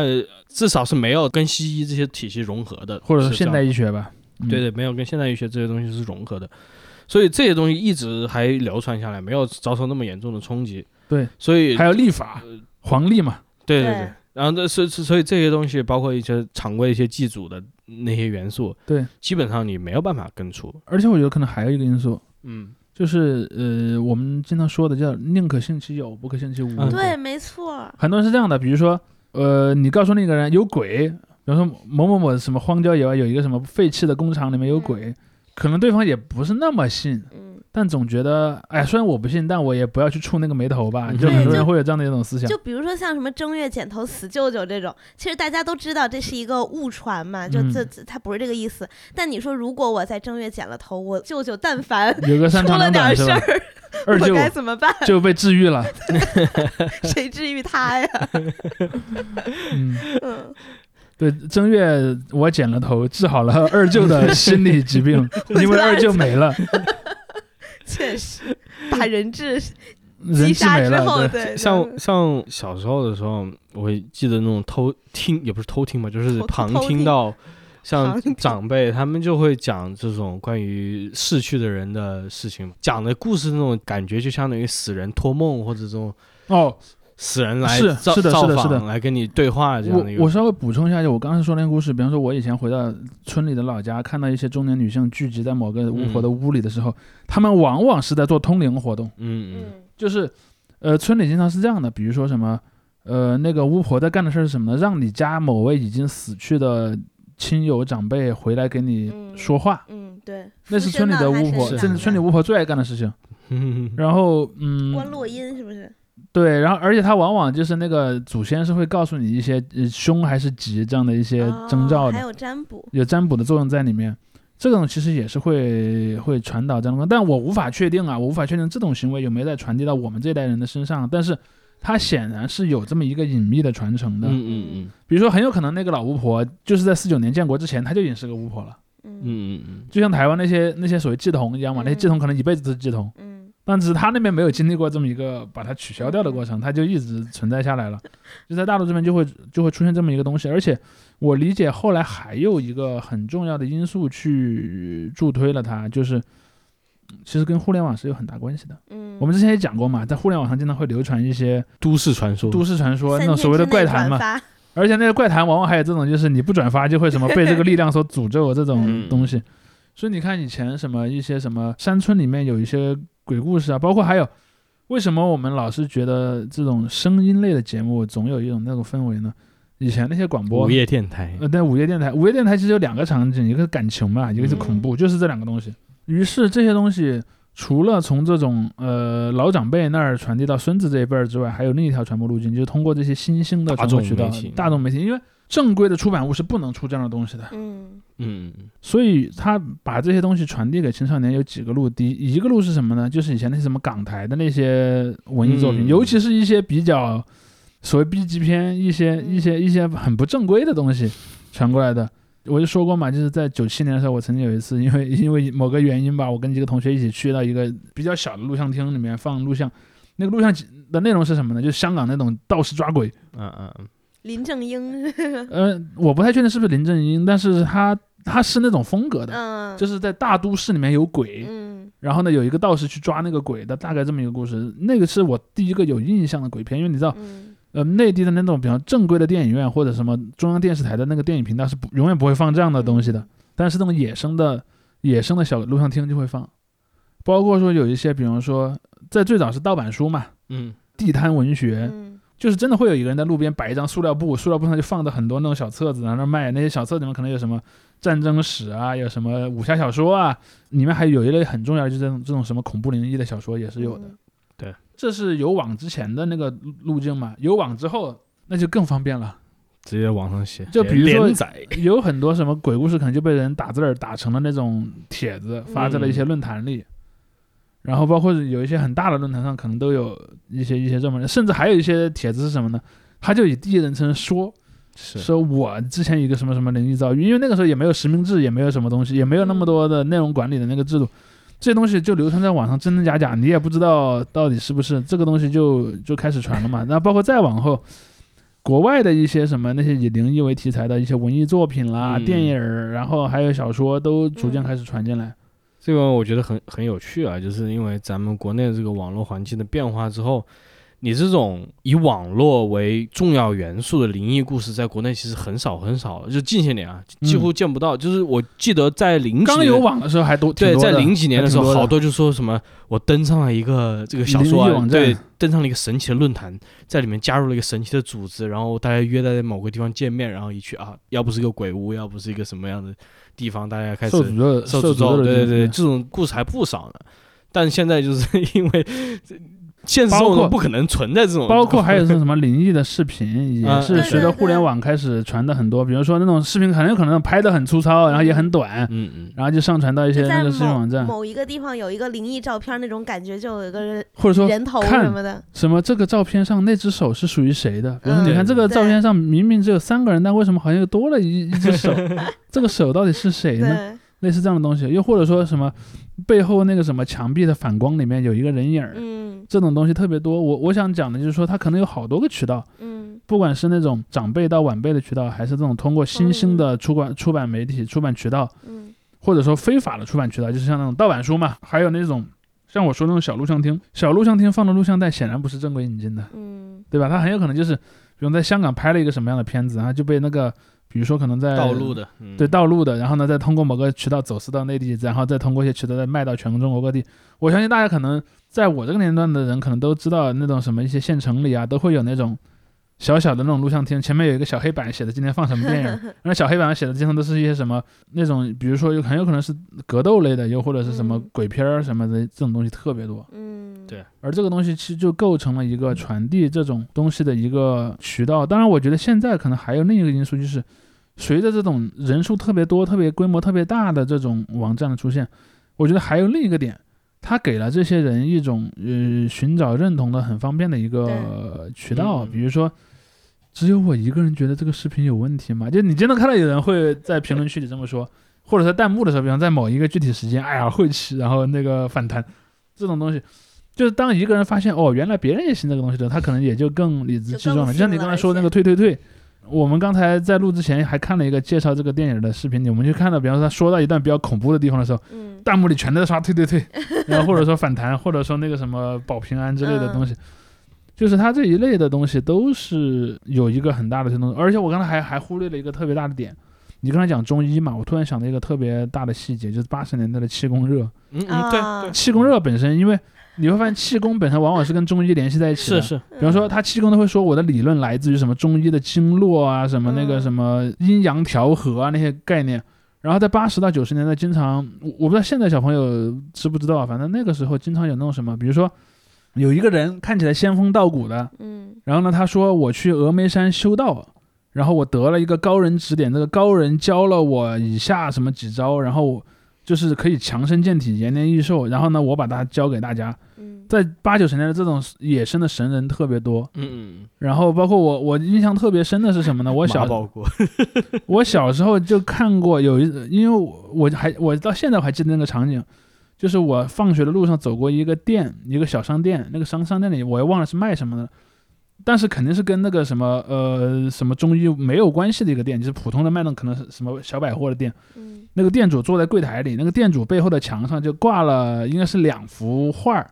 A: 至少是没有跟西医这些体系融合的，
B: 或者说
A: 是这
B: 现
A: 样
B: 代医学吧。嗯
A: 对对，没有跟现代医学这些东西是融合的，所以这些东西一直还流传下来，没有遭受那么严重的冲击。
B: 对，
A: 所以
B: 还有历法，黄历嘛，
A: 对
C: 对
A: 对。然后这是是所以这些东西，包括一些常规一些祭祖的那些元素，
B: 对，
A: 基本上你没有办法根除。
B: 而且我觉得可能还有一个因素，
A: 嗯，
B: 就是呃，我们经常说的叫宁可信其有，不可信其无。
A: 嗯
C: 对，没错，
B: 很多人是这样的，比如说，呃，你告诉那个人有鬼，比方说某某某什么荒郊野外有一个什么废弃的工厂里面有鬼，可能对方也不是那么信，
C: 嗯，
B: 但总觉得，哎，虽然我不信，但我也不要去触那个眉头吧。
A: 嗯
B: 就很多
C: 对
B: 人
C: 就
B: 会有这样的一种思想，
C: 就比如说像什么正月剪头死舅舅这种，其实大家都知道这是一个误传嘛，就
B: 嗯
C: 这这他不是这个意思。但你说如果我在正月剪了头，我舅舅但凡
B: 有个三
C: 出
B: 长
C: 了
B: 两
C: 点儿
B: 短
C: 事
B: 是吧？
C: 儿，
B: [LAUGHS] 二舅
C: 我该怎么办？ [LAUGHS]
B: 就被治愈了。
C: 谁至于他呀？
B: 嗯，
C: 嗯，
B: 对，正月我剪了头，治好了二舅的心理
C: [LAUGHS]
B: 疾病，因为二舅没了，
C: 确实，
B: [LAUGHS]
C: 把人质
B: 人
C: 击
B: 质
C: 杀
B: 没
C: 之
B: 了。
C: 后，
B: 对，
C: 对，
A: 像
C: 嗯
A: 像小时候的时候，我会记得那种偷听，也不是偷听吧，就是
C: 偷
A: 旁
C: 偷
A: 听
C: 听 [LAUGHS]
A: 到像
C: 旁听
A: 长辈他们就会讲这种关于逝去的人的事情嘛，讲的故事那种感觉就相当于死人托梦或者这种
B: 哦，
A: 死人来
B: 是
A: 造
B: 是的
A: 造
B: 是的是的
A: 访来跟你对话这样的一
B: 我我
A: 个。
B: 稍微补充一下，就我刚才说那个故事，比方说，我以前回到村里的老家，看到一些中年女性聚集在某个
A: 嗯
B: 巫婆的屋里的时候，她们往往是在做通灵活动，
A: 嗯
C: 嗯
B: 就是，呃，村里经常是这样的，比如说什么，呃，那个巫婆在干的事儿是什么呢？让你家某位已经死去的亲友长辈回来给你
C: 嗯
B: 说话，
C: 嗯，对，
B: 那是
C: 附身
B: 村里
C: 到
B: 的嗯
C: 他
B: 巫
C: 身
B: 婆，
A: 是
C: 上
B: 这是村里
C: 的
B: 巫婆最爱干的事情。
A: 嗯，
B: 然后，嗯，
C: 关落音是不是？
B: 对，然后而且他往往就是那个祖先是会告诉你一些呃凶还是吉这样的一些征兆
C: 哦
B: 的
C: 还，有占卜，
B: 有占卜的作用在里面。这种其实也是会会传导这样的，但我无法确定啊，我无法确定这种行为有没有在传递到我们这一代人的身上，但是它显然是有这么一个隐秘的传承
A: 嗯
B: 的。
A: 嗯嗯
B: 比如说，很有可能那个老巫婆就是在四九年建国之前，她就已经是个巫婆了，
A: 嗯
C: 嗯
A: 嗯嗯
B: 就像台湾那些那些所谓祭童一样嘛，那些祭
C: 嗯
B: 童可能一辈子都是祭童，
C: 嗯，
B: 但只是他那边没有经历过这么一个把它取消掉的过
C: 嗯
B: 程，它就一直存在下来了。就在大陆这边就会就会出现这么一个东西，而且我理解后来还有一个很重要的因素去助推了它，就是嗯其实跟互联网是有很大关系的。
C: 嗯，
B: 我们之前也讲过嘛，在互联网上经常会流传一些
A: 都市传说，
B: 都市传说，那
C: 三
B: 种
C: 天
B: 所谓的
C: 之内
B: 怪
C: 转
B: 谈嘛，
C: 发，
B: 而且那个怪谈往往还有这种，就是你不转发就会什么被这个力量所诅咒这种
A: 嗯
B: 东西。所以你看以前什么一些什么山村里面有一些鬼故事啊，包括还有为什么我们老是觉得这种声音类的节目总有一种那种氛围呢？以前那些广播
A: 午，夜电台，
B: 呃，对午夜电台，午夜电台其实有两个场景，一个是感情嘛，一个是
A: 嗯
B: 恐怖，就是这两个东西。于是这些东西除了从这种呃老长辈那儿传递到孙子这一辈儿之外，还有另一条传播路径，就是通过这些新兴的
A: 大
B: 传播
A: 众
B: 渠道
A: 媒体、
B: 大众媒体，因为正规的出版物是不能出这样的东西的，
C: 嗯
A: 嗯嗯
B: 所以他把这些东西传递给青少年有几个路。第一，一个路是什么呢？就是以前那些什么港台的那些文艺作品，
A: 嗯
B: 尤其是一些比较所谓 B 级片，一些一些一些很不正规的东西传过来的。我就说过嘛，就是在九七年的时候，我曾经有一次，因为因为某个原因吧，我跟几个同学一起去到一个比较小的录像厅里面放录像，那个录像的内容是什么呢？就是香港那种道士抓鬼，
A: 嗯嗯嗯，
C: 林正英，
B: 呃，我不太确定是不是林正英，但是他他是那种风格的， [LAUGHS]
C: 嗯，
B: 就是在大都市里面有鬼，
C: 嗯
B: 然后呢有一个道士去抓那个鬼的，大概这么一个故事。那个是我第一个有印象的鬼片，因为你知道，
C: 嗯
B: 呃，内地的那种比方正规的电影院或者什么中央电视台的那个电影频道是不永远不会放这样的东西
C: 嗯
B: 的，但是那种野生的野生的小录像厅就会放，包括说有一些，比方说在最早是盗版书嘛，
A: 嗯
B: 地摊文学，
C: 嗯
B: 就是真的会有一个人在路边摆一张塑料布，塑料布上就放着很多那种小册子，然后那儿卖。那些小册子里面可能有什么战争史啊，有什么武侠小说啊，里面还有一类很重要的，就是这种这种什么恐怖灵异的小说也是有的。
C: 嗯
B: 这是有网之前的那个路路径嘛，有网之后那就更方便了。
A: 直接网上写，
B: 就比如说
A: 连载，
B: 有很多什么鬼故事，可能就被人打字儿打成了那种帖子，发在了一些论坛里。然后包括有一些很大的论坛上，可能都有一些一些热门的，甚至还有一些帖子是什么呢？他就以第一人称说，
A: 是
B: 说我之前一个什么什么灵异遭遇，因为那个时候也没有实名制，也没有什么东西，也没有那么多的内容管理的那个制度，这些东西就流传在网上，真真假假，你也不知道到底是不是 [LAUGHS] 这个东西就就开始传了嘛。那包括再往后，国外的一些什么那些以灵异为题材的一些文艺作品啦、
A: 嗯
B: 电影儿，然后还有小说，都逐渐开始传进来。
A: 这个我觉得很很有趣啊，就是因为咱们国内这个网络环境的变化之后，你这种以网络为重要元素的灵异故事，在国内其实很少很少了，就近些年啊，
B: 嗯
A: 几乎见不到。就是我记得在零几
B: 刚
A: 年
B: 有网的时候还多，
A: 对，
B: 挺多
A: 在
B: 的
A: 零几年的时
B: 还
A: 候，
B: 挺
A: 好
B: 多
A: 多就说什么我登上了一个这个小
B: 灵异
A: 说、啊
B: 网，站
A: 对，登上了一个神奇的论坛，在里面加入了一个神奇的组织，然后大家约在某个地方见面，然后一去啊，要不是个鬼屋，要不是一个什么样的地方，大家开始
B: 的受诅咒
A: 受
B: 诅
A: 诅咒，
B: 的
A: 对对
B: 人
A: 对，这种故事还不少呢。但现在就是 [LAUGHS] 因为现实
B: 包
A: 生活
B: 括
A: 中不可能存在这种，
B: 包括还有是什么灵异的视频，也
A: 嗯
B: 是随着互联网开始传的很多，比如说那种视频很有可能拍的很粗糙，然后也很短，
A: [LAUGHS] 嗯嗯，
B: 然后就上传到一些
C: 就
B: 那
C: 在
B: 个视频
C: 某
B: 网站，
C: 某一个地方有一个灵异照片那种感觉，就有一个人
B: 或者说
C: 人头
B: 看
C: 什么的，
B: 什么这个照片上那只手是属于谁的？比如说
C: 嗯
B: 你看这个
C: 对
B: 照片上明明只有三个人，但为什么好像又多了一一只
C: [LAUGHS]
B: 手？这个手到底是谁呢？
C: 对，
B: 类似这样的东西，又或者说什么背后那个什么墙壁的反光里面有一个人影儿，
C: 嗯
B: 这种东西特别多。我我想讲的就是说，它可能有好多个渠道，
C: 嗯
B: 不管是那种长辈到晚辈的渠道，还是这种通过新兴
C: 嗯
B: 的出版出版媒体、出版渠道，
C: 嗯
B: 或者说非法的出版渠道，就是像那种盗版书嘛，还有那种像我说那种小录像厅，小录像厅放的录像带显然不是正规引进的，
C: 嗯
B: 对吧？它很有可能就是，比如在香港拍了一个什么样的片子，然后就被那个，比如说可能在
A: 道路。的，嗯
B: 呃对，道路的，然后呢，再通过某个渠道走私到内地，然后再通过一些渠道再卖到全中国各地。我相信大家可能在我这个年龄段的人，可能都知道那种什么一些县城里啊，都会有那种小小的那种录像厅，前面有一个小黑板写的今天放什么电影，然后小黑板上写的经常都是一些什么那种，比如说有很有可能是格斗类的，又或者是什么
C: 嗯
B: 鬼片儿什么的这种东西特别多。
C: 嗯，
A: 对
B: 而这个东西其实就构成了一个传递这种东西的一个渠道。当然，我觉得现在可能还有另一个因素，就是随着这种人数特别多、特别规模特别大的这种网站的出现，我觉得还有另一个点，它给了这些人一种呃寻找认同的很方便的一个
C: 对
B: 呃渠道，
A: 嗯
B: 比如说。只有我一个人觉得这个视频有问题吗？就 [LAUGHS] 你真的看到有人会在评论区里这么说，或者在弹幕的时候，比方在某一个具体时间，哎呀晦气，然后那个反弹，这种东西，就是当一个人发现哦，原来别人也信这个东西的时候，
C: [LAUGHS]
B: 他可能也就更理直
C: 就
B: 气壮了。
C: 更
B: 就像你
C: 信了
B: 刚才
C: 而
B: 说那
C: 且
B: 个退退退，我们刚才在录之前还看了一个介绍这个电影的视频，我们就看到，比方说他说到一段比较恐怖的地方的时候，
C: 嗯
B: 弹幕里全都在刷退
C: [LAUGHS]
B: 退退，然后或者说反弹，或者说那个什么保平安之类的
C: 嗯
B: 东西。就是它这一类的东西都是有一个很大的推动，而且我刚才还还忽略了一个特别大的点，你刚才讲中医嘛，我突然想到一个特别大的细节，就是八十年代的气功热，
A: 嗯嗯对
C: 啊
A: 对
B: 气功热本身，因为你会发现气功本身往往是跟中医联系在一起的。
A: 是。是，
B: 比方说，他气功都会说我的理论来自于什么中医的经络啊，什么那个
C: 嗯
B: 什么阴阳调和啊那些概念。然后在八十到九十年代，经常我我不知道现在小朋友知不知道啊，反正那个时候经常有那种什么，比如说有一个人看起来仙风道骨的，
C: 嗯
B: 然后呢，他说我去峨眉山修道，然后我得了一个高人指点，这个高人教了我以下什么几招，然后我就是可以强身健体、延年益寿。然后呢，我把它教给大家。
C: 嗯
B: 在八九十年代，这种野生的神人特别多。
A: 嗯嗯，
B: 然后包括我，我印象特别深的是什么呢？我
A: 我
B: 小
A: 包裹，
B: 我小时候就看过有一，因为我我还我到现在我还记得那个场景，就是我放学的路上走过一个店，一个小商店，那个商商店里我也忘了是卖什么的，但是肯定是跟那个什么呃什么中医没有关系的一个店，就是普通的卖那种可能是什么小百货的店。
C: 嗯
B: 那个店主坐在柜台里，那个店主背后的墙上就挂了应该是两幅画儿，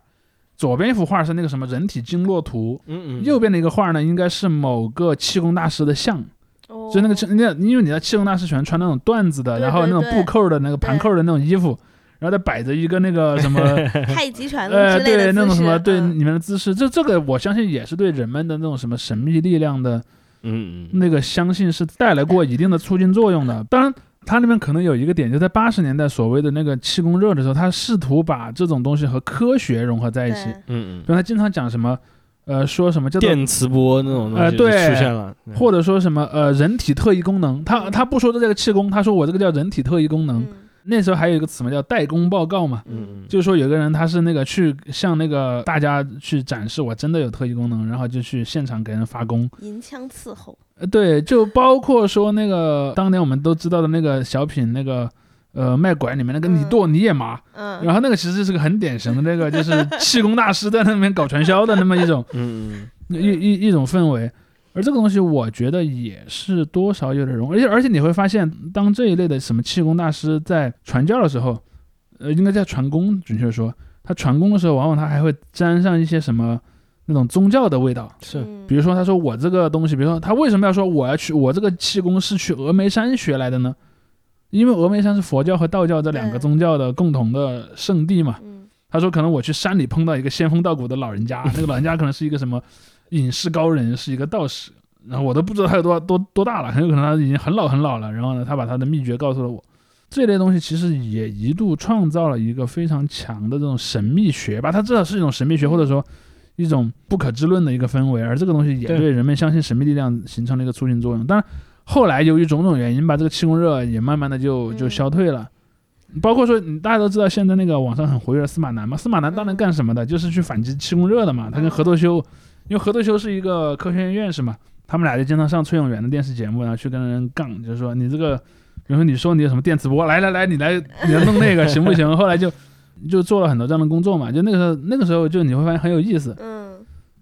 B: 左边一幅画是那个什么人体经络图，
A: 嗯嗯，
B: 右边的一个画呢应该是某个气功大师的像。
C: 哦，
B: 就那个气那因为你在气功大师喜欢穿那种缎子的，
C: 对
B: 然后那种
C: 对对
B: 布扣的那个盘扣的那种衣服，然后再摆着一个那个
C: [LAUGHS]
B: 什么
C: 太极拳
B: 呃
C: 之类的姿势，
B: 对那种什么对
C: 嗯
B: 里面的姿势，这这个我相信也是对人们的那种什么神秘力量的
A: 嗯嗯
B: 那个相信是带来过一定的促进作用的。当然，它那边可能有一个点，就在八十年代所谓的那个气功热的时候，他试图把这种东西和科学融合在一起，
C: 对
A: 嗯嗯，
B: 比如他经常讲什么呃说什么叫做
A: 电磁波那种东
B: 呃
A: 西就出
B: 对
A: 现了，嗯
B: 或者说什么呃人体特异功能，他
C: 嗯
B: 他不说这个气功，他说我这个叫人体特异功能。
C: 嗯
B: 那时候还有一个词嘛叫代工报告嘛，
A: 嗯嗯，
B: 就是说有个人他是那个去向那个大家去展示我真的有特异功能，然后就去现场给人发功。
C: 银枪伺候，
B: 呃，对，就包括说那个当年我们都知道的那个小品那个。呃，卖拐里面那个你
C: 嗯
B: 剁你也麻，
C: 嗯，
B: 然后那个其实就是个很典型的那个，就是气功大师在那边搞传销的那么一种
A: 嗯嗯
B: 一一一种氛围。而这个东西，我觉得也是多少有点融，而且而且你会发现，当这一类的什么气功大师在传教的时候，呃，应该叫传功，准确说，他传功的时候，往往他还会沾上一些什么那种宗教的味道。
A: 是
C: 嗯
B: 比如说，他说我这个东西，比如说他为什么要说我要去我这个气功是去峨眉山学来的呢？因为峨眉山是佛教和道教这两个
C: 对
B: 宗教的共同的圣地嘛。
C: 嗯
B: 他说可能我去山里碰到一个仙风道骨的老人家，那个老人家可能是一个什么隐士高人，是一个道士，然后我都不知道他有多多多大了，很有可能他已经很老很老了。然后呢，他把他的秘诀告诉了我。这类东西其实也一度创造了一个非常强的这种神秘学吧，它至少是一种神秘学，或者说一种不可知论的一个氛围。而这个东西也
A: 对
B: 对人们相信神秘力量形成了一个促进作用。当然，后来由于种种原因吧，这个气功热也慢慢的就就
C: 嗯
B: 消退了。包括说，嗯大家都知道现在那个网上很活跃的司马南嘛，司马南当然干什么的，就是去反击气功热的嘛。他跟何多修，因为何多修是一个科学院院士嘛，他们俩就经常上崔永元的电视节目，然后去跟人杠，就是说你这个，比如说你说你有什么电磁波，来来来，你来你来弄那个行不行？后来就就做了很多这样的工作嘛。就那个时候，那个时候就你会发现很有意思，
C: 嗯，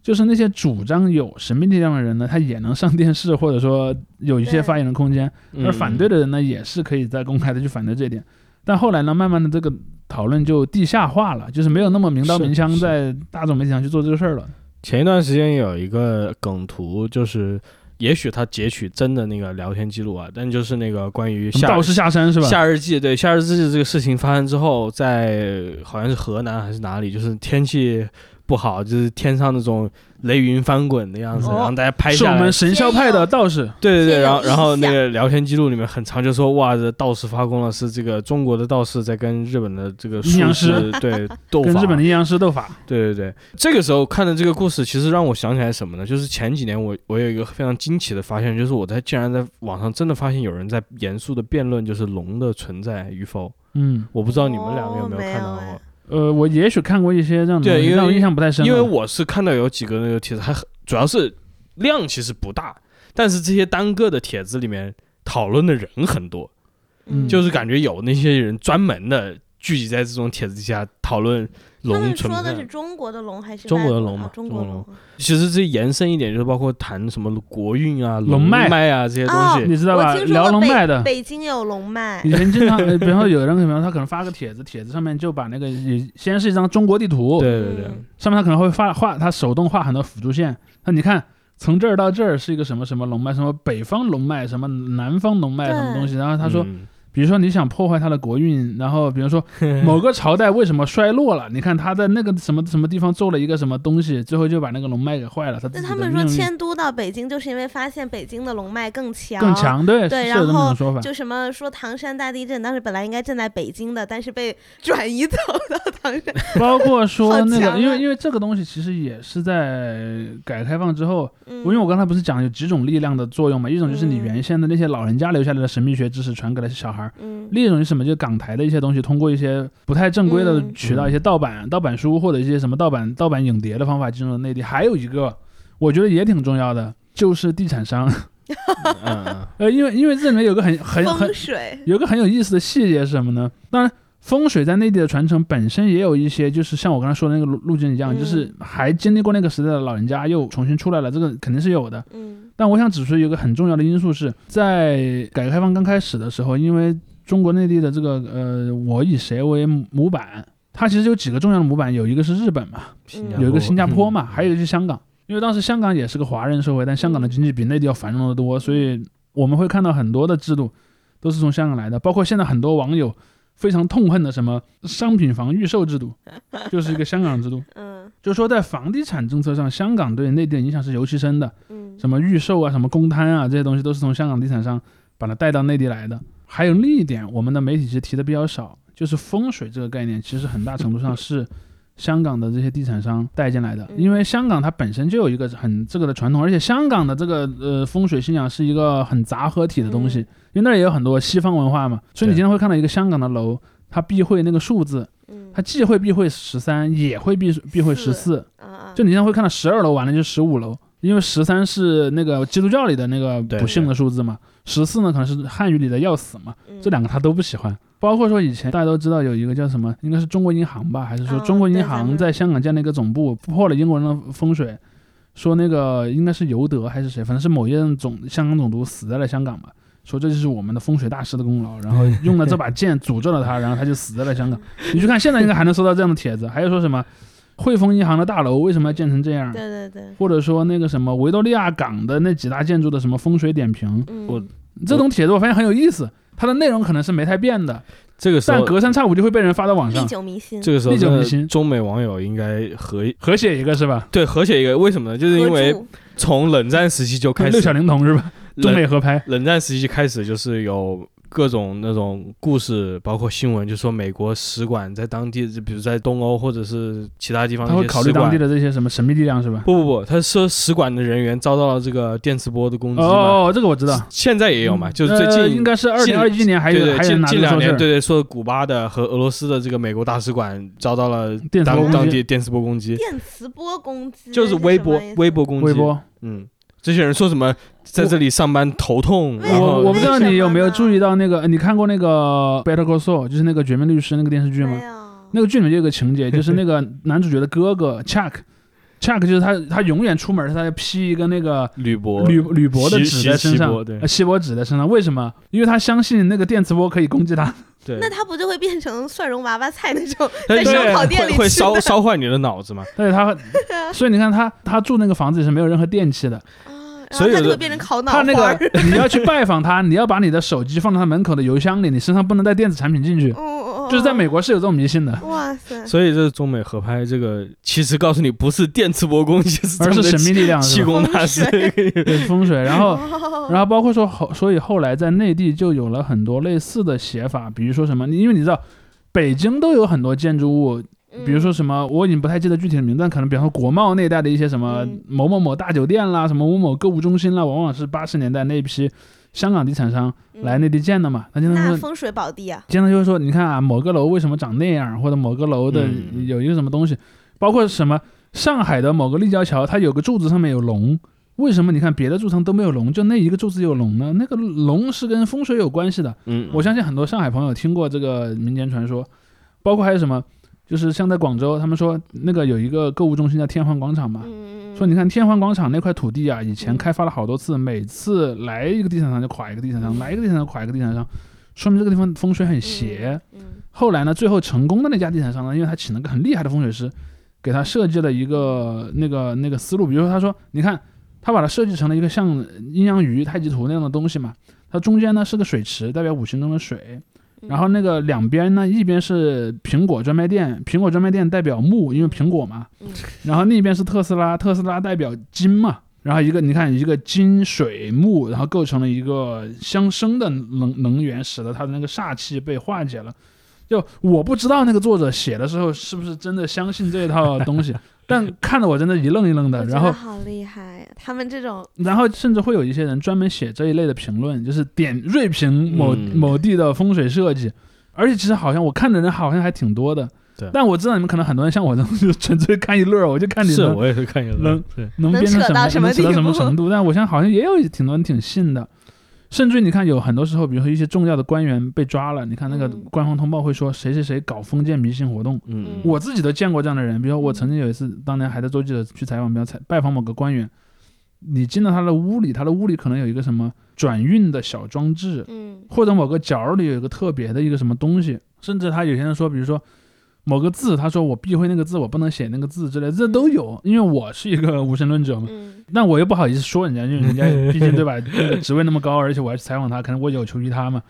B: 就是那些主张有神秘力量的人呢，他也能上电视，或者说有一些
C: 对
B: 发言的空间。而
A: 嗯
B: 反对的人呢，也是可以在公开的去反对这一点。但后来呢，慢慢的这个讨论就地下化了，就是没有那么明刀
A: 是
B: 明枪
A: 是
B: 在大众媒体上去做这个事儿了。
A: 前一段时间有一个梗图，就是也许他截取真的那个聊天记录啊，但就是那个关于
B: 什么
A: 夏
B: 道士下嗯山是吧？
A: 夏日记，对夏日记这个事情发生之后，在好像是河南还是哪里，就是天气不好，就是天上那种雷云翻滚的样子，
C: 哦
A: 然后大家拍
B: 是
A: 下
B: 我
A: 来
B: 们。神霄派的道士，
A: 对对
C: 先
A: 对，
C: 有
A: 然后
C: 印
A: 然后那
C: 象
A: 个聊天记录里面很长，就说哇，这道士发功了，是这个中国的道士在跟日本的这个
B: 阴阳
A: 术士
B: 师
C: [LAUGHS]
A: 对斗
B: 跟
A: 法，
B: 日本的阴阳师斗法。
A: 对对对，这个时候看的这个故事，其实让我想起来什么呢？就是前几年我我有一个非常惊奇的发现，就是我在竟然在网上真的发现有人在严肃的辩论，就是龙的存在与否。
B: 嗯，
A: 我不知道你们两个有
C: 哦
A: 没有看到啊
C: 没有
A: 过
C: 哎，
B: 呃，我也许看过一些让
A: 对因为
B: 让我印象不太深了，
A: 因为我是看到有几个那个帖子，还很主要是量其实不大，但是这些单个的帖子里面讨论的人很多，
B: [LAUGHS] 嗯
A: 就是感觉有那些人专门的聚集在这种帖子底下讨论
C: 他
A: 龙
C: 们
A: 存
C: 说
A: 不
C: 的
A: 存在。
C: 是中国的龙还是
A: 中国的
C: 外
A: 龙
C: 啊
A: 嘛
C: 中
A: 中
C: 国
A: 国
C: 龙，
A: 其实这延伸一点，就是包括谈什么国运啊、
B: 龙
A: 脉
B: 脉
A: 啊这些东
C: 哦
A: 西。
B: 你知道吧？
C: 我听说
B: 聊
C: 过
B: 龙脉
C: 北
B: 的。
C: 北京有龙脉
B: 以，前经常，呃比方说有人可能他可能发个帖子，帖子上面就把那个也先是一张中国地图，
A: 对对对，
C: 嗯
B: 上面他可能会画画，他手动画很多辅助线。那你看，从这儿到这儿是一个什么什么龙脉，什么北方龙脉，什么南方龙脉，
C: 对
B: 什么东西。然后他说，
A: 嗯
B: 比如说你想破坏他的国运，然后比如说某个朝代为什么衰落了，你看他在那个什么什么地方做了一个什么东西，最后就把那个龙脉给坏了，他自
C: 那
B: 己
C: 他
B: 的
C: 们
B: 命
C: 说
B: 运
C: 迁都到北京，就是因为发现北京的龙脉更强，
B: 更强，对，
C: 啊对
B: 是
C: 然
B: 有这么一
C: 后
B: 种说法。
C: 就什么说唐山大地震，当时本来应该震在北京的，但是被 [LAUGHS] 转移走到唐
B: [LAUGHS]
C: 山。
B: 包括说
C: 好
B: 那
C: 强
B: 个，
C: 啊
B: 因为因为这个东西其实也是在改革开放之后，
C: 嗯，
B: 因为我刚才不是讲有几种力量的作用嘛，一种就是你
C: 嗯
B: 原先的那些老人家留下来的神秘学知识传给了小孩儿，
C: 嗯
B: 另一种是什么？就是港台的一些东西，通过一些不太正规的
C: 嗯
B: 渠道，一些盗版、盗版书或者一些什么盗版、盗版影碟的方法进入内地。还有一个，我觉得也挺重要的，就是地产商。 [LAUGHS]
A: 嗯嗯
B: 呃，因为因为这里面有个很很很
C: 风水，
B: 有个很有意思的细节是什么呢？当然，风水在内地的传承本身也有一些，就是像我刚才说的那个路路径一样，
C: 嗯
B: 就是还经历过那个时代的老人家又重新出来了，这个肯定是有的。
C: 嗯
B: 但我想指出有一个很重要的因素是在改革开放刚开始的时候，因为中国内地的这个呃，我以谁为模板，它其实有几个重要的模板，有一个是日本嘛，
A: 新加
C: 嗯
A: 坡
B: 有一个新加坡嘛，
A: 嗯
B: 还有一个是香港，因为当时香港也是个华人社会，但香港的经济比内地要繁荣的多，所以我们会看到很多的制度都是从香港来的，包括现在很多网友非常痛恨的什么商品房预售制度，就是一个香港制度， [LAUGHS]
C: 嗯
B: 就是说在房地产政策上，香港对内地的影响是尤其深的。
C: 嗯，
B: 什么预售啊、什么公摊啊这些东西，都是从香港地产商把它带到内地来的。还有另一点，我们的媒体其实提的比较少，就是风水这个概念，其实很大程度上是香港的这些地产商带进来的，
C: 嗯
B: 因为香港它本身就有一个很这个的传统，而且香港的这个呃风水信仰是一个很杂合体的东西，
C: 嗯
B: 因为那儿也有很多西方文化嘛，所以你
A: 对
B: 经常会看到一个香港的楼，它避讳那个数字，
C: 嗯
B: 它既会避讳十三，也会避避讳十
C: 四
B: 四，
C: 啊啊，
B: 就你现在会看到十二楼完了就十五楼，因为十三是那个基督教里的那个
A: 对
B: 不幸的数字嘛，十四呢可能是汉语里的要死嘛，
C: 嗯
B: 这两个他都不喜欢。包括说以前大家都知道有一个叫什么，应该是中国银行吧，还是说
C: 嗯
B: 中国银
C: 对咱
B: 行
C: 们
B: 在香港建了一个总部，破了英国人的风水，说那个应该是尤德还是谁，反正是某一任总香港总督死在了香港嘛，说这就是我们的风水大师的功劳，然后
C: [LAUGHS]
B: 用了这把剑诅咒了他，然后他就死在了香港。你去看现在应该还能收到这样的帖子，还有说什么汇丰银行的大楼为什么要建成这样？
C: 对对对，
B: 或者说那个什么维多利亚港的那几大建筑的什么风水点评，
C: 嗯，
A: 我
B: 这种帖子我发现很有意思，它的内容可能是没太变的，
A: 这个时
B: 但
A: 候，
B: 隔三差五就会被人发到网
C: 历
B: 上，
C: 久弥新，
A: 这个时候
B: 历久弥
A: 真的
B: 新
A: 中美网友应该合
B: 合写一个是吧？
A: 对合写一个，为什么呢？就是因为
C: 合住
A: 从冷战时期就开
B: 六小
A: 始，
B: 龄童是吧？中美
A: 冷
B: 合拍，
A: 冷战时期开始就是有各种那种故事，包括新闻，就说美国使馆在当地，就比如在东欧或者是其他地方，
B: 他会考虑当地。的这些什么神秘力量是吧？
A: 不不不，他说使馆的人员遭到了这个电磁波的攻击嘛，
B: 哦，这个我知道，
A: 现在也有嘛，就是最
B: 呃
A: 近
B: 应该是二零二一年还
A: 对
B: 有
A: 对，
B: 还有人
A: 近
B: 拿这
A: 近
B: 个
A: 两
B: 说事
A: 年，
B: 儿
A: 对对，说古巴的和俄罗斯的这个美国大使馆遭到了
B: 电磁波
A: 当
B: 攻
A: 当
B: 击
A: 地电磁波攻击，
C: 电磁波攻击，
A: 就是微波微波攻击。
B: 微，波。
A: 嗯，这些人说什么在这里上班头痛，
C: 我
A: 然
B: 我我
A: 后
B: 不知道你有没有注意到那个，呃你看过那个《Better Call Saul》，就是那个《绝命律师》那个电视剧吗
C: 没？有，
B: 那个剧里面就有个情节，就是
A: [LAUGHS]
B: 那个男主角的哥哥 Chuck，Chuck 就是他，他永远出门是他要披一个那个
A: 铝箔
B: 铝铝箔
A: 锡
B: 的纸在
A: 锡
B: 身上
A: 锡箔对，
B: 呃锡箔纸在身上，为什么？因为他相信那个电磁波可以攻击他。
A: 对
C: 那，它不就会变成蒜蓉娃娃菜那种
A: 它
C: [LAUGHS] 在
A: 对
C: 烧烤店里
A: 会会
C: 吃
A: 烧
C: 的
A: 烧坏你的脑子
C: [LAUGHS]
A: 嘛？
B: 但是他，所以你看他，他住那个房子里是没有任何电器的。
C: 啊，然
A: 所
C: 后
A: 以有
C: 它就
A: 的
C: 会变成烤脑花儿。
B: 他那个你要去拜访他，你要把你的手机放到他门口的邮箱里，你身上不能带电子产品进去
C: 嗯，。嗯嗯
B: 就是在美国是有这种迷信的。
C: 哇塞，
A: 所以这中美合拍这个，其实告诉你不是电磁波攻击，是
B: 而
A: 他
B: 是
A: 们的
B: 神秘力量，
A: 气
B: 是吧？
A: 功大师。
B: 对风水，然后，
C: 哦
B: 然后包括说后，所以后来在内地就有了很多类似的写法，比如说什么，因为你知道，北京都有很多建筑物，
C: 嗯
B: 比如说什么，我已经不太记得具体的名字，但可能比方说国贸那一带的一些什么
C: 嗯
B: 某某某大酒店啦，什么某某购物中心啦，往往是八十年代那一批香港地产商来内
C: 那
B: 地建的嘛，他经
C: 嗯
B: 常
C: 那
B: 说
C: 风水宝地啊，
B: 经常就会说，你看啊，某个楼为什么长那样，或者某个楼的
A: 嗯
B: 有一个什么东西，包括什么上海的某个立交桥，它有个柱子上面有龙，为什么你看别的柱上都没有龙，就那一个柱子有龙呢？那个龙是跟风水有关系的。
A: [LAUGHS] 嗯，
B: 我相信很多上海朋友听过这个民间传说，包括还有什么，就是像在广州，他们说那个有一个购物中心叫天皇广场嘛，
C: 嗯，嗯嗯
B: 啊说你看天皇广场那块土地啊，以前
C: 嗯
B: 开发了好多次，每次来一个地产商就垮一个地产商，来一个地产商垮一个地产商，说明这个地方风水很邪。，
C: 嗯
B: 后来呢，最后成功的那家地产商呢，因为他请了个很厉害的风水师，给他设计了一个那个那个思路，比如说他说，你看他把它设计成了一个像阴阳鱼、太极图那样的东西嘛，它中间呢是个水池，代表五行中的水。
C: 嗯
B: 然后那个两边呢，一边是苹果专卖店，苹果专卖店代表木，因为苹果嘛。
C: 嗯
B: 然后另一边是特斯拉，特斯拉代表金嘛。然后一个你看一个金水木，然后构成了一个相生的能能源，使得它的那个煞气被化解了。就我不知道那个作者写的时候是不是真的相信这一套东西， [LAUGHS] 但看得我真的一愣一愣的。
C: 我觉
B: 然
C: 得
B: 后
C: 好厉害，他们这种
B: 然后甚至会有一些人专门写这一类的评论，就是点锐评某、
A: 嗯
B: 某地的风水设计，而且其实好像我看的人好像还挺多的。
A: 对
B: 但我知道你们可能很多人像我这种，就纯粹看一乐儿，我就看你
A: 是
B: 能
A: 我也是看有的
B: 能，
A: 对，
C: 能
B: 能编成
C: 扯
B: 什
C: 到
B: 么
C: 什
B: 能
C: 么
B: 扯到
C: 地
B: 什么
C: 步
B: 程度。但我想好像也有挺多人挺信的，甚至于你看有很多时候，比如说一些重要的官员被抓了，你看那个
C: 嗯
B: 官方通报会说谁谁谁搞封建迷信活动，
A: 嗯，
B: 我自己都见过这样的人，比如说我
C: 嗯
B: 曾经有一次，当年还在做记者去采访，比如采拜访某个官员，你进到他的屋里，他的屋里可能有一个什么转运的小装置，
C: 嗯
B: 或者某个角儿里有一个特别的一个什么东西，甚至他有些人说，比如说某个字，他说我避讳那个字，我不能写那个字之类的，这都有。因为我是一个无神论者嘛，
C: 嗯
B: 那我又不好意思说人家，因为人家毕竟对吧，那个职位那么高，而且我还去采访他，可能我有求于他嘛。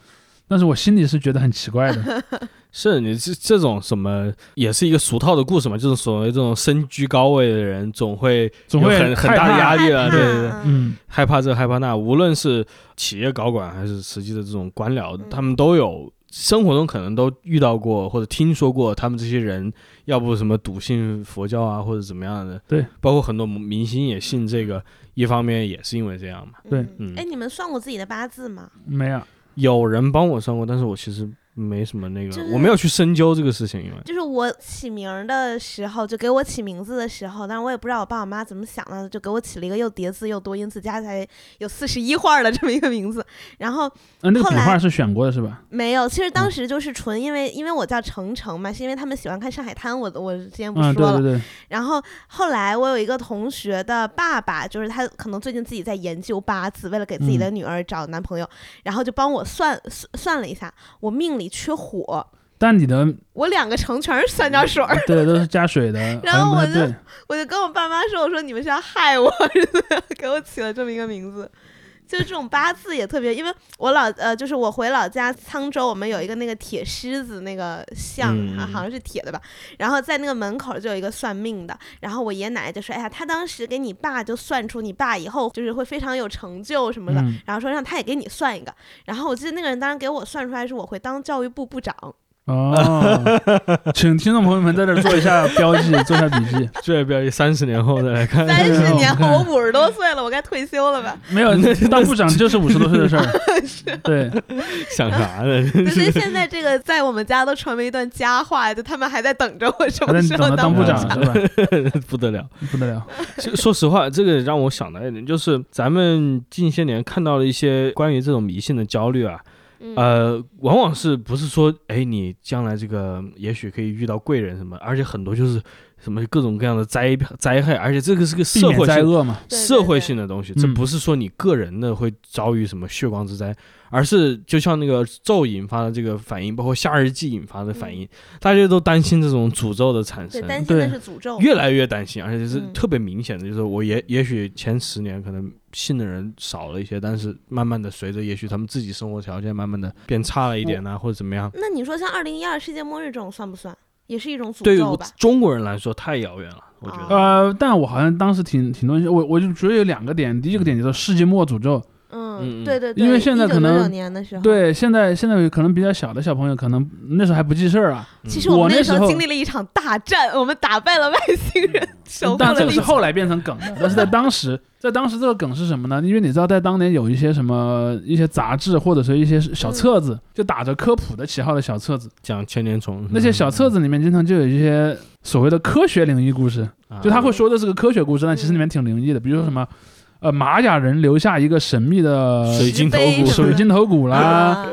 B: 但是我心里是觉得很奇怪的，
A: 是你这这种什么也是一个俗套的故事嘛，就是所谓这种身居高位的人总会
B: 总会
A: 有很很
B: 害
A: 大的
B: 怕
A: 压力了，
C: 害怕
A: 对对对，
B: 嗯。
A: 害怕这害怕那，无论是企业高管还是实际的这种官僚，
C: 嗯
A: 他们都有生活中可能都遇到过或者听说过他们这些人，要不什么笃信佛教啊或者怎么样的，
B: 对，
A: 包括很多明星也信这个，一方面也是因为这样嘛。
B: 对
C: 嗯哎，你们算过自己的八字吗？
B: 没有，
A: 有人帮我算过，但是我其实没什么那个，
C: 就是
A: 我没有去深究这个事情，因为。
C: 就是我起名儿的时候，就给我起名字的时候，但是我也不知道我爸我妈怎么想的，就给我起了一个又叠字又多音字，加起来有四十一画儿的这么一个名字。然后
B: 呃，那个笔
C: 后来
B: 画是选过的是吧？
C: 没有，其实当时就是纯因为因为我叫程程嘛，是因为他们喜欢看《上海滩》我，我之前不
B: 嗯，
C: 说
B: 对
C: 了。
B: 对对，
C: 然后后来我有一个同学的爸爸，就是他可能最近自己在研究八字，为了给自
B: 嗯
C: 己的女儿找男朋友，然后就帮我算算算了一下，我命里缺火，
B: 但你的
C: 我两个城全是酸椒水儿，
B: 对都是加水的，
C: 然后我
B: 好像不
C: 就
B: 太对。
C: 我就跟我爸妈说，我说你们是要害我， [LAUGHS] 给我起了这么一个名字。就是这种八字也特别，因为我老呃，就是我回老家沧州，我们有一个那个铁狮子那个像，
A: 嗯
C: 啊好像是铁的吧。然后在那个门口就有一个算命的，然后我爷爷奶奶就说：“哎呀，他当时给你爸就算出你爸以后就是会非常有成就什么的。
B: 嗯
C: 然后说让他也给你算一个。然后我记得那个人当时给我算出来是我会当教育部部
A: [LAUGHS]
C: 长。
B: 哦， [LAUGHS] 请听众朋友们在这儿做一下标记，做一下笔记。
A: 这不要三十年后再来看。
C: 三十
A: [LAUGHS]
C: 年后我五十多岁了，我该退休了吧？
B: 没有当部长就是五十多岁的事儿，对，
A: 想啥呢？ [LAUGHS]
B: [LAUGHS]
C: 对，所以现在这个在我们家都成为一段佳话，就他们还在等着我什
B: 还
C: 么
B: 在
C: 时
B: 等
C: 候
B: 着当部
A: 部
B: 长
A: 长
B: 是吧？
A: 不得了！
B: 不得了，
C: [LAUGHS]
A: 就说实话，这个让我想到一点，就是咱们近些年看到了一些关于这种迷信的焦虑啊，
C: 嗯
A: 呃，往往是不是说，哎，你将来这个也许可以遇到贵人什么，而且很多就是什么各种各样的灾灾害，而且这个是个
B: 避
A: 社
B: 免
A: 会
B: 灾
A: 性
B: 厄嘛。
C: 对对
A: 社会
C: 对
A: 性的东西，
B: 嗯
A: 这不是说你个人的会遭遇什么血光之灾，而是就像那个咒引发的这个反应，包括夏日祭引发的反应，大家都担心这种诅咒的产
C: 嗯对，
A: 生。
C: 担心的
B: 对
C: 是诅咒。
A: 越来越担心，而且就是
C: 哦嗯
A: 特别明显的，就是我也也许前十年可能信的人少了一些，但是慢慢的随着也许他们自己生活条件慢慢的变差了一点啊呐，或者怎么样，
C: 那你说像二零一二世界末日这种算不算？也是一种诅
A: 对于
C: 咒吧？
A: 中国人来说太遥远了，我觉
C: 啊
A: 得。
B: 呃，但我好像当时挺挺多，我我就觉得有两个点，第一个点叫做世界末诅咒。
A: 嗯
C: 嗯，
A: 嗯
C: 对对对，
B: 因为现在可能
C: 九年的时候，，
B: 对，现在现在可能比较小的小朋友，可能那时候还不记事儿啊，
C: 其实我
B: 我
C: 们
B: 那
C: 那时
B: 时
C: 候
B: 候
C: 经历了一场大战，我们打败了外星人，守护
B: 但 [LAUGHS]
C: 了
B: 这个
C: 地
B: 是
C: 球。 [LAUGHS]
B: 后来变成梗的。但是在当时，在当时这个梗是什么呢？因为你知道，在当年有一些什么一些杂志或者是一些小
C: 嗯
B: 册子，就打着科普的旗号的小册子，
A: 讲千年虫
B: 那些小册子里面经常就有一些所谓的科学灵异故事，
A: 啊
C: 嗯
B: 就他会说这是个科学故事，但其实里面挺灵异的，比如说什么，呃，玛雅人留下一个神秘的
A: 水晶头
C: 石碑
A: 骨
C: 什么
B: 水
C: 的
B: 晶头骨啦，
C: 啊，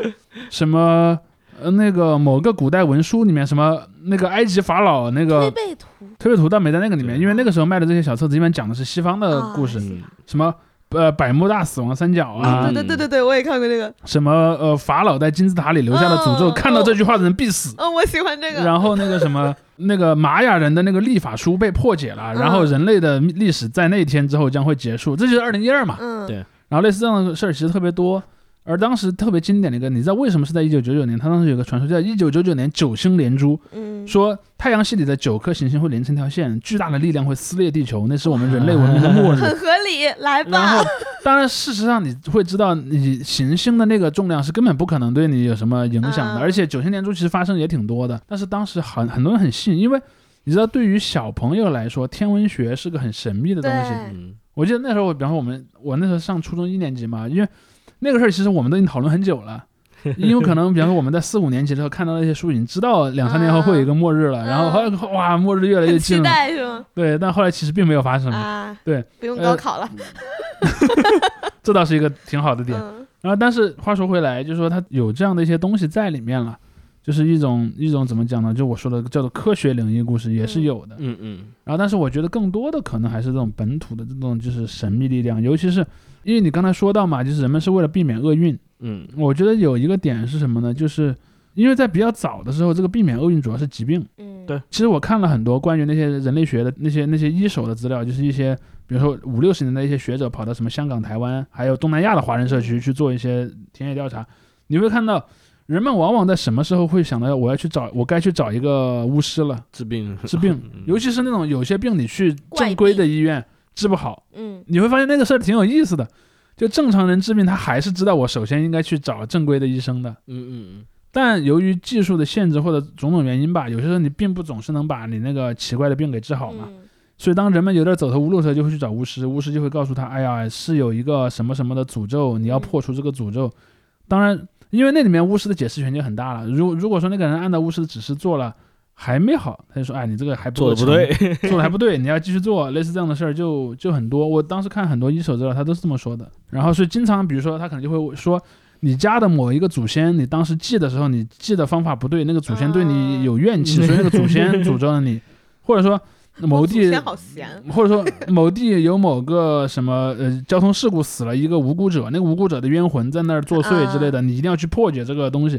B: 什么。呃，那个某个古代文书里面，什么那个埃及法老那
C: 推
B: 个
C: 背啊图
B: 推背图倒没在那个里面，
A: 对
B: 因为那个时候卖的这些小册子一般讲的是西方的
C: 啊
B: 呃故事，
A: 嗯
B: 什么呃百慕大死亡三角啊，
C: 对对对对对，我也看过这个，
B: 什么呃法老在金字塔里留下的诅咒，
C: 哦
B: 看到这句话的人必死。
C: 嗯，我喜欢这个，
B: 然后那个
C: [LAUGHS]
B: 什么，那个玛雅人的那个历法书被破解
C: 嗯
B: 了，然后人类的历史在那一天之后将会结束，这就是二零一二嘛。
C: 嗯，
A: 对
B: 然后类似这样的事儿其实特别多，而当时特别经典的一个，你知道为什么是在一九九九年？它当时有个传说叫一九九九年九星连珠，
C: 嗯，
B: 说太阳系里的九颗行星会连成一条线，巨大的力量会撕裂地球，那是我们人类文明的末日。
C: 很合理，来
B: 然
C: 吧
B: 后，，当然，事实上你会知道，你行星的那个重量是根本不可能对你有什么影响的，
C: 嗯
B: 而且九星连珠其实发生也挺多的，但是当时很很多人很信，因为你知道，对于小朋友来说，天文学是个很神秘的东西。
C: 对
A: 嗯
B: 我记得那时候我，比方说我们，我那时候上初中一年级嘛，因为那个事儿其实我们都已经讨论很久了。因为可能，比方说我们在四五年级的时候看到那些书，已经知道两三年后会有一个末日了，
C: 嗯
B: 然后后来哇，末日越来越
C: 很期
B: 近了，
C: 待是吗？
B: 对，但后来其实并没有发生，
C: 啊，
B: 嗯对，
C: 不用
B: 呃
C: 高考了，
B: 这倒是一个挺好的点。
C: 嗯
B: 然后，但是话说回来，就是说它有这样的一些东西在里面了，就是一种一种怎么讲呢？就我说的叫做科学灵异故事也是有的。
A: 嗯嗯
B: 然后，但是我觉得更多的可能还是这种本土的这种就是神秘力量，尤其是因为你刚才说到嘛，就是人们是为了避免厄运。
A: 嗯
B: 我觉得有一个点是什么呢？就是因为在比较早的时候，这个避免厄运主要是疾病。
C: 嗯，
A: 对
B: 其实我看了很多关于那些人类学的那些那些一手的资料，就是一些比如说五六十年代一些学者跑到什么香港、台湾，还有东南亚的华人社区去做一些田野调查，你会看到人们往往在什么时候会想到我要去找我该去找一个巫师了
A: 治病，
B: 治病
A: [LAUGHS]
B: 尤其是那种有些病你去
C: 怪
B: 正规
C: 病
B: 的医院治不好，
C: 嗯
B: 你会发现那个事儿挺有意思的。就正常人治病，他还是知道我首先应该去找正规的医生的。
A: 嗯嗯
B: 但由于技术的限制或者种种原因吧，有些时候你并不总是能把你那个奇怪的病给治好嘛。
C: 嗯
B: 所以当人们有点走投无路的时候，就会去找巫师，巫师就会告诉他，哎呀，是有一个什么什么的诅咒，你要
C: 嗯
B: 破除这个诅咒。当然，因为那里面巫师的解释权就很大了。如如果说那个人按照巫师的指示做了，还没好，他就说，哎，你这个还
A: 做
B: 够
A: 的不
B: 长
A: 对，
B: [LAUGHS] 做的还不对，你要继续做，类似这样的事儿就就很多。我当时看很多一手资料，他都是这么说的。然后是经常，比如说他可能就会说，你家的某一个祖先，你当时祭的时候，你祭的方法不对，那个祖先对你有怨气，
A: 啊
B: 所以那个祖先诅咒了你，或者说某
C: 我祖
B: 地
C: 先。好闲，
B: 或者说某地有某个什么呃交通事故死了一个无辜者，那个无辜者的冤魂在那儿作祟之类的，你一定要去破解这个东西。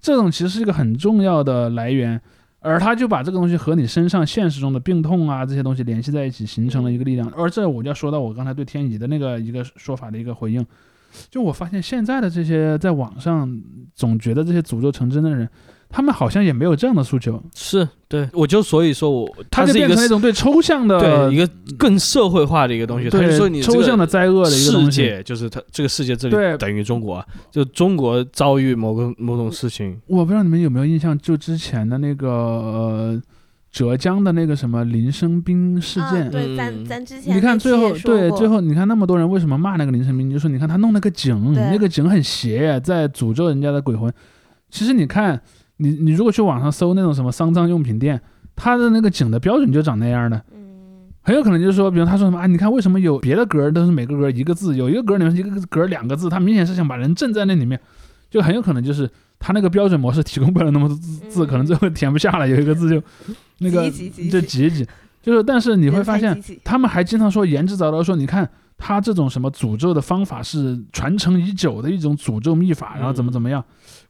B: 这种其实是一个很重要的来源，而他就把这个东西和你身上现实中的病痛啊这些东西联系在一起，形成了一个力量。而这我就要说到我刚才对天乙的那个一个说法的一个回应，就我发现现在的这些在网上总觉得这些诅咒成真的人，他们好像也没有这样的诉求，
A: [LAUGHS] 是对，我就所以说我
B: 他
A: 它
B: 就是
A: 一
B: 变
A: 个
B: 成一种对抽象的
A: 对一个更社会化的一个东西，他就
B: 对
A: 说你这
B: 抽
A: 个
B: 象的灾厄的一
A: 世
B: 个东西。
A: 界就是它这个世界这
B: 对
A: 里等于中国啊，就中国遭遇某个某种事情，
B: 我不知道你们有没有印象，就之前的那个呃浙江的那个什么林生斌事件，
C: 啊、对，咱
A: 嗯
C: 咱之前
B: 你看
C: 那期
B: 最后
C: 也说
B: 对
C: 过
B: 最后你看那么多人为什么骂那个林晨明，就说你看他弄了个井，
C: 对
B: 那个井很邪，在诅咒人家的鬼魂。其实你看你你如果去网上搜那种什么丧葬用品店，他的那个井的标准就长那样的，
C: 嗯，
B: 很有可能就是说，比如他说什么啊，你看为什么有别的格儿都是每个格儿一个字，有一个格儿里面是一个格儿两个字，他明显是想把人震在那里面，就很有可能就是他那个标准模式提供不了那么多字，字可能最后 [LAUGHS] 填不下来，有一个字就那个
C: 挤挤挤
B: 就
C: 挤
B: 挤一挤，就是但是你
C: 你
B: 会发现。他们还经常说言之凿凿说，你看他这种什么诅咒的方法是传承已久的一种诅咒秘法，然后怎么怎么样，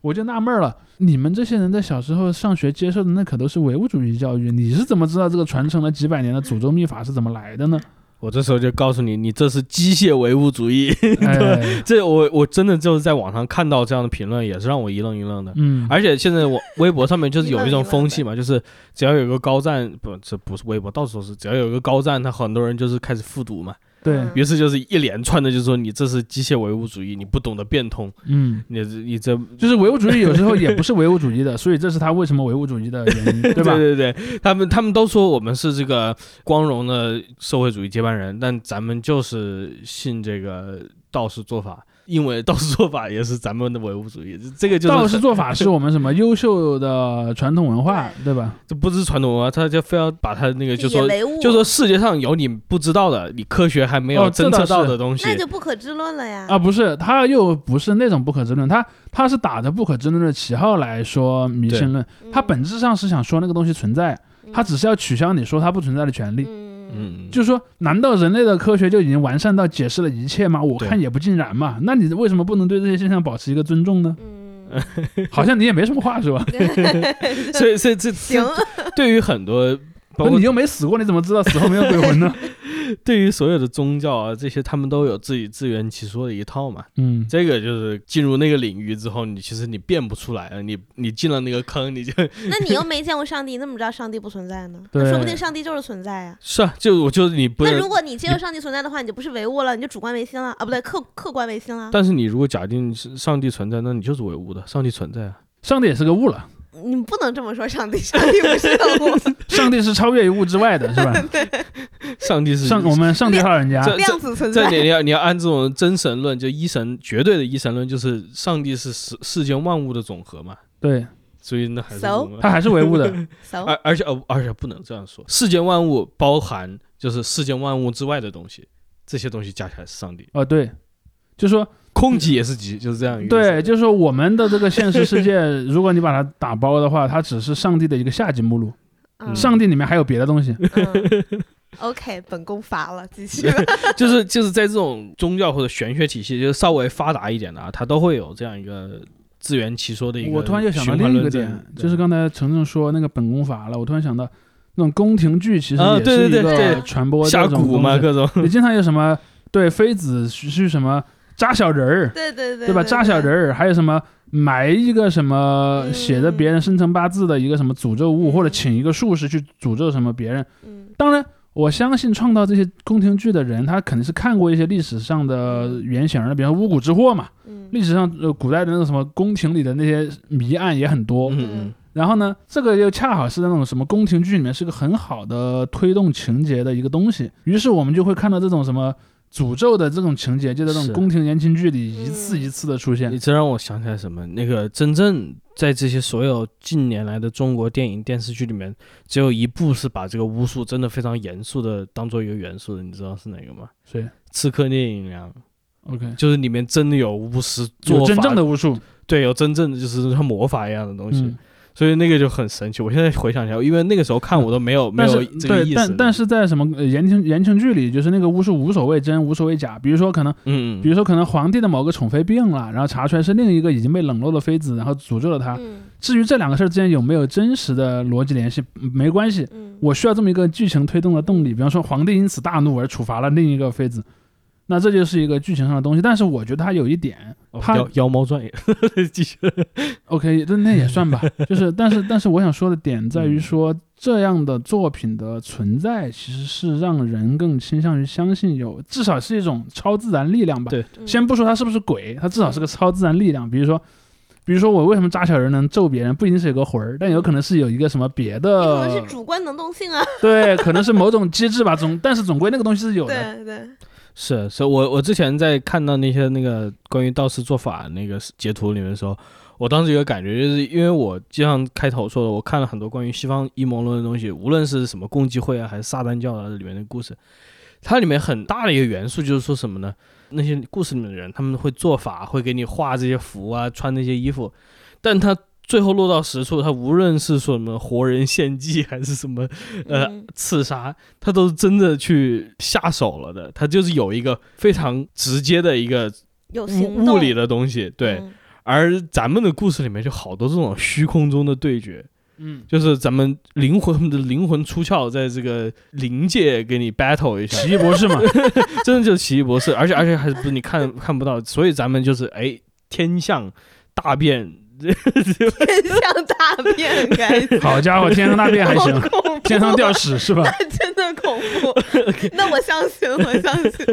B: 我就纳闷儿了，你们这些人在小时候上学接受的那可都是唯物主义教育，你是怎么知道这个传承了几百年的诅咒秘法是怎么来的 [LAUGHS] 呢？
A: 我这时候就告诉你，你这是机械唯物主义。 [LAUGHS]
B: 哎，
A: 这我我真的就是在网上看到这样的评论，也是让我一愣一愣的。
B: 嗯，
A: 而且现在我微博上面就是有一种风气
C: 一
A: 嘛，就是只要有一个高赞，不，这不是微博，到处都是，只要有一个高赞，他很多人就是开始复读嘛，
B: 对，
A: 于是就是一连串的，就是说你这是机械唯物主义，你不懂得变通，
B: 嗯。
A: 你这你这
B: 就是唯物主义有时候也不是唯物主义的，所以这是他为什么唯物主义的原
A: [LAUGHS]
B: 因， [LAUGHS] 对吧？
A: 对对对，他们他们都说我们是这个光荣的社会主义接班人，但咱们就是信这个道士做法，因为道士做法也是咱们的唯物主义，这个就是
B: 道士做法是我们什么优秀的传统文化，对吧？
A: 这不是传统文化，他就非要把他那个就说
C: 也唯物
A: 就说世界上有你不知道的，你科学还没有
B: 哦这
A: 侦
B: 倒
A: 测到
B: 是
A: 的东西。
C: 那就不可知论了呀。
B: 啊，不是，他又不是那种不可知论，他他是打着不可知论的旗号来说迷信论，
C: 嗯
B: 他本质上是想说那个东西存在，他只是要取消你说它不存在的权利。
C: 嗯？
A: 嗯，
B: 就是说，难道人类的科学就已经完善到解释了一切吗？我
A: 对
B: 看也不尽然嘛。那你为什么不能对这些现象保持一个尊重呢
C: [LAUGHS] 嗯，
B: 好像你也没什么话是吧？
A: 所以所以这
C: 行
A: 这，对于很多。包
B: 那
A: 括
B: 你又没死过，你怎么知道死后没有鬼魂呢？ [LAUGHS]
A: 对于所有的宗教啊，这些他们都有自己自圆其说的一套嘛。
B: 嗯，
A: 这个就是进入那个领域之后，你其实你变不出来了，你你进了那个坑，你就。
C: 那你又没见过上帝，你怎么知道上帝不存在呢？
B: 对
C: 说不定上帝就是存在呀
A: 是啊，就我就是你不
C: 那
A: 能
C: 如。果你接受上帝存在的话，你就不是唯物了，你就主观唯心了啊，不对，客客观唯心了。
A: 但是你如果假定是上帝存在，那你就是唯物的，上帝存
C: [LAUGHS]
A: 在啊。
B: 上帝也是个物了，
C: 你不能这么说，上帝，上帝不 [LAUGHS] 是我
B: 上帝是超越于物之外的，是吧？
C: [LAUGHS]
A: 上帝是
B: 上我们上帝号人家，
A: 这
C: 量子存
A: 这
C: 在。
A: 点你要你要按这种真神论，就一神绝对的一神论，就是上帝是世世间万物的总和嘛，
B: 对
A: 所以那还是
C: So？
A: 我们
B: 他还是唯物的。
C: So，
A: 而而且呃而且不能这样说，世间万物包含就是世间万物之外的东西，这些东西加起来是上帝，
B: 哦，对，就说
A: 空寂也是极，就是这样一个意思
B: 对，就是说我们的这个现实世界， [LAUGHS] 如果你把它打包的话，它只是上帝的一个下级目录，
C: 嗯
B: 上帝里面还有别的东西。
C: [LAUGHS] 嗯 OK，本宫乏了，继续吧。
A: 就是就是在这种宗教或者玄学体系，就是稍微发达一点的啊，它都会有这样一个自圆其说的一个。
B: 我突然就想到另一个点，就是刚才程程说那个本宫法了，我突然想到那种宫廷剧其实
A: 啊
B: 也
A: 对
B: 是一
A: 对对
B: 个
A: 对
B: 传播这
A: 下
B: 种
A: 蛊嘛，
B: 东西，
A: 各种。
B: 你经常有什么对妃子是什么扎小人儿，
C: 对对对，
B: 对吧？扎小人儿，还有什么埋一个什么写着别人生辰八字的一个什么诅咒物，
C: 嗯
B: 或者请一个术士去诅咒什么别人。
C: 嗯，
B: 当然，我相信创造这些宫廷剧的人，他肯定是看过一些历史上的原型的，比方说巫蛊之祸嘛。
C: 嗯
B: 历史上呃，古代的那种什么宫廷里的那些谜案也很多。
A: 嗯
B: 然后呢，这个又恰好是那种什么宫廷剧里面是个很好的推动情节的一个东西。于是我们就会看到这种什么。诅咒的这种情节就在这
A: 是
B: 种宫廷言情剧里一次
C: 嗯
B: 一次的出
A: 嗯，
B: 现
A: 你，这让我想起来什么？那个真正在这些所有近年来的中国电影电视剧里面，只有一部是把这个巫术真的非常严肃的当做一个元素的，你知道是哪个吗？
B: 所以
A: 刺客聂隐娘，
B: OK，
A: 就是里面真的有巫师做
B: 有
A: 法，
B: 真正的巫术，
A: 对，有真正的就是像魔法一样的东西。
B: 嗯
A: 所以那个就很神奇。我现在回想起来，因为那个时候看我都没有没
B: 但
A: 有
B: 是
A: 这个意
B: 对，
A: 思。
B: 但但是在什么呃言情言情剧里，就是那个巫术无所谓真无所谓假，比如说可能
A: 嗯，嗯
B: 比如说可能皇帝的某个宠妃病了，然后查出来是另一个已经被冷落的妃子，然后诅咒了她。
C: 嗯
B: 至于这两个事儿之间有没有真实的逻辑联系，嗯没关系。
C: 嗯，
B: 我需要这么一个剧情推动的动力，比方说皇帝因此大怒而处罚了另一个妃子，那这就是一个剧情上的东西。但是我觉得它有一点
A: 哦
B: 他
A: 妖妖猫传也 [LAUGHS] 继续，
B: ，OK，那那也算吧，就是但是但是我想说的点在于说，这样的作品的存在其实是让人更倾向于相信有，至少是一种超自然力量吧。
A: 对
C: 嗯
B: 先不说它是不是鬼，它至少是个超自然力量。比如说，比如说我为什么扎小人能咒别人，不一定是有个魂儿，但有可能是有一个什么别
C: 你
B: 的
C: 可，能是主观能动性啊，
B: [LAUGHS] 对，可能是某种机制吧。总 [LAUGHS] 但是总归那个东西是有的。
C: 对对，
A: 是是，我我之前在看到那些那个关于道士做法那个截图里面的时候，我当时有个感觉，就是因为我就像开头说的，我看了很多关于西方阴谋论的东西，无论是什么共济会啊，还是撒旦教啊里面的故事，它里面很大的一个元素就是说什么呢？那些故事里面的人，他们会做法，会给你画这些符啊，穿那些衣服，但他最后落到实处，他无论是说什么活人献祭，还是什么呃
C: 嗯
A: 刺杀，他都是真的去下手了的，他就是有一个非常直接的一个
B: 嗯
C: 有行
A: 物
C: 动
A: 物理的东西，对。
C: 嗯 [LAUGHS]
A: 而咱们的故事里面就好多这种虚空中的对决，
B: 嗯，
A: 就是咱们灵魂 [LAUGHS] 的灵魂出窍，在这个灵界给你 battle 一
C: [LAUGHS]
A: 下，
B: 奇异博士嘛，
A: [LAUGHS] 真的就是奇异博士，而且而且还不是你看看不到，所以咱们就是哎天象大变，
C: 嗯天象大变，该死
B: 好家伙，天上大便还行
C: [LAUGHS] 好，恐怖，
B: 天上掉
C: [LAUGHS]
B: 屎是吧？
C: 真的恐
B: [LAUGHS]
C: 怖。那我相信，我相信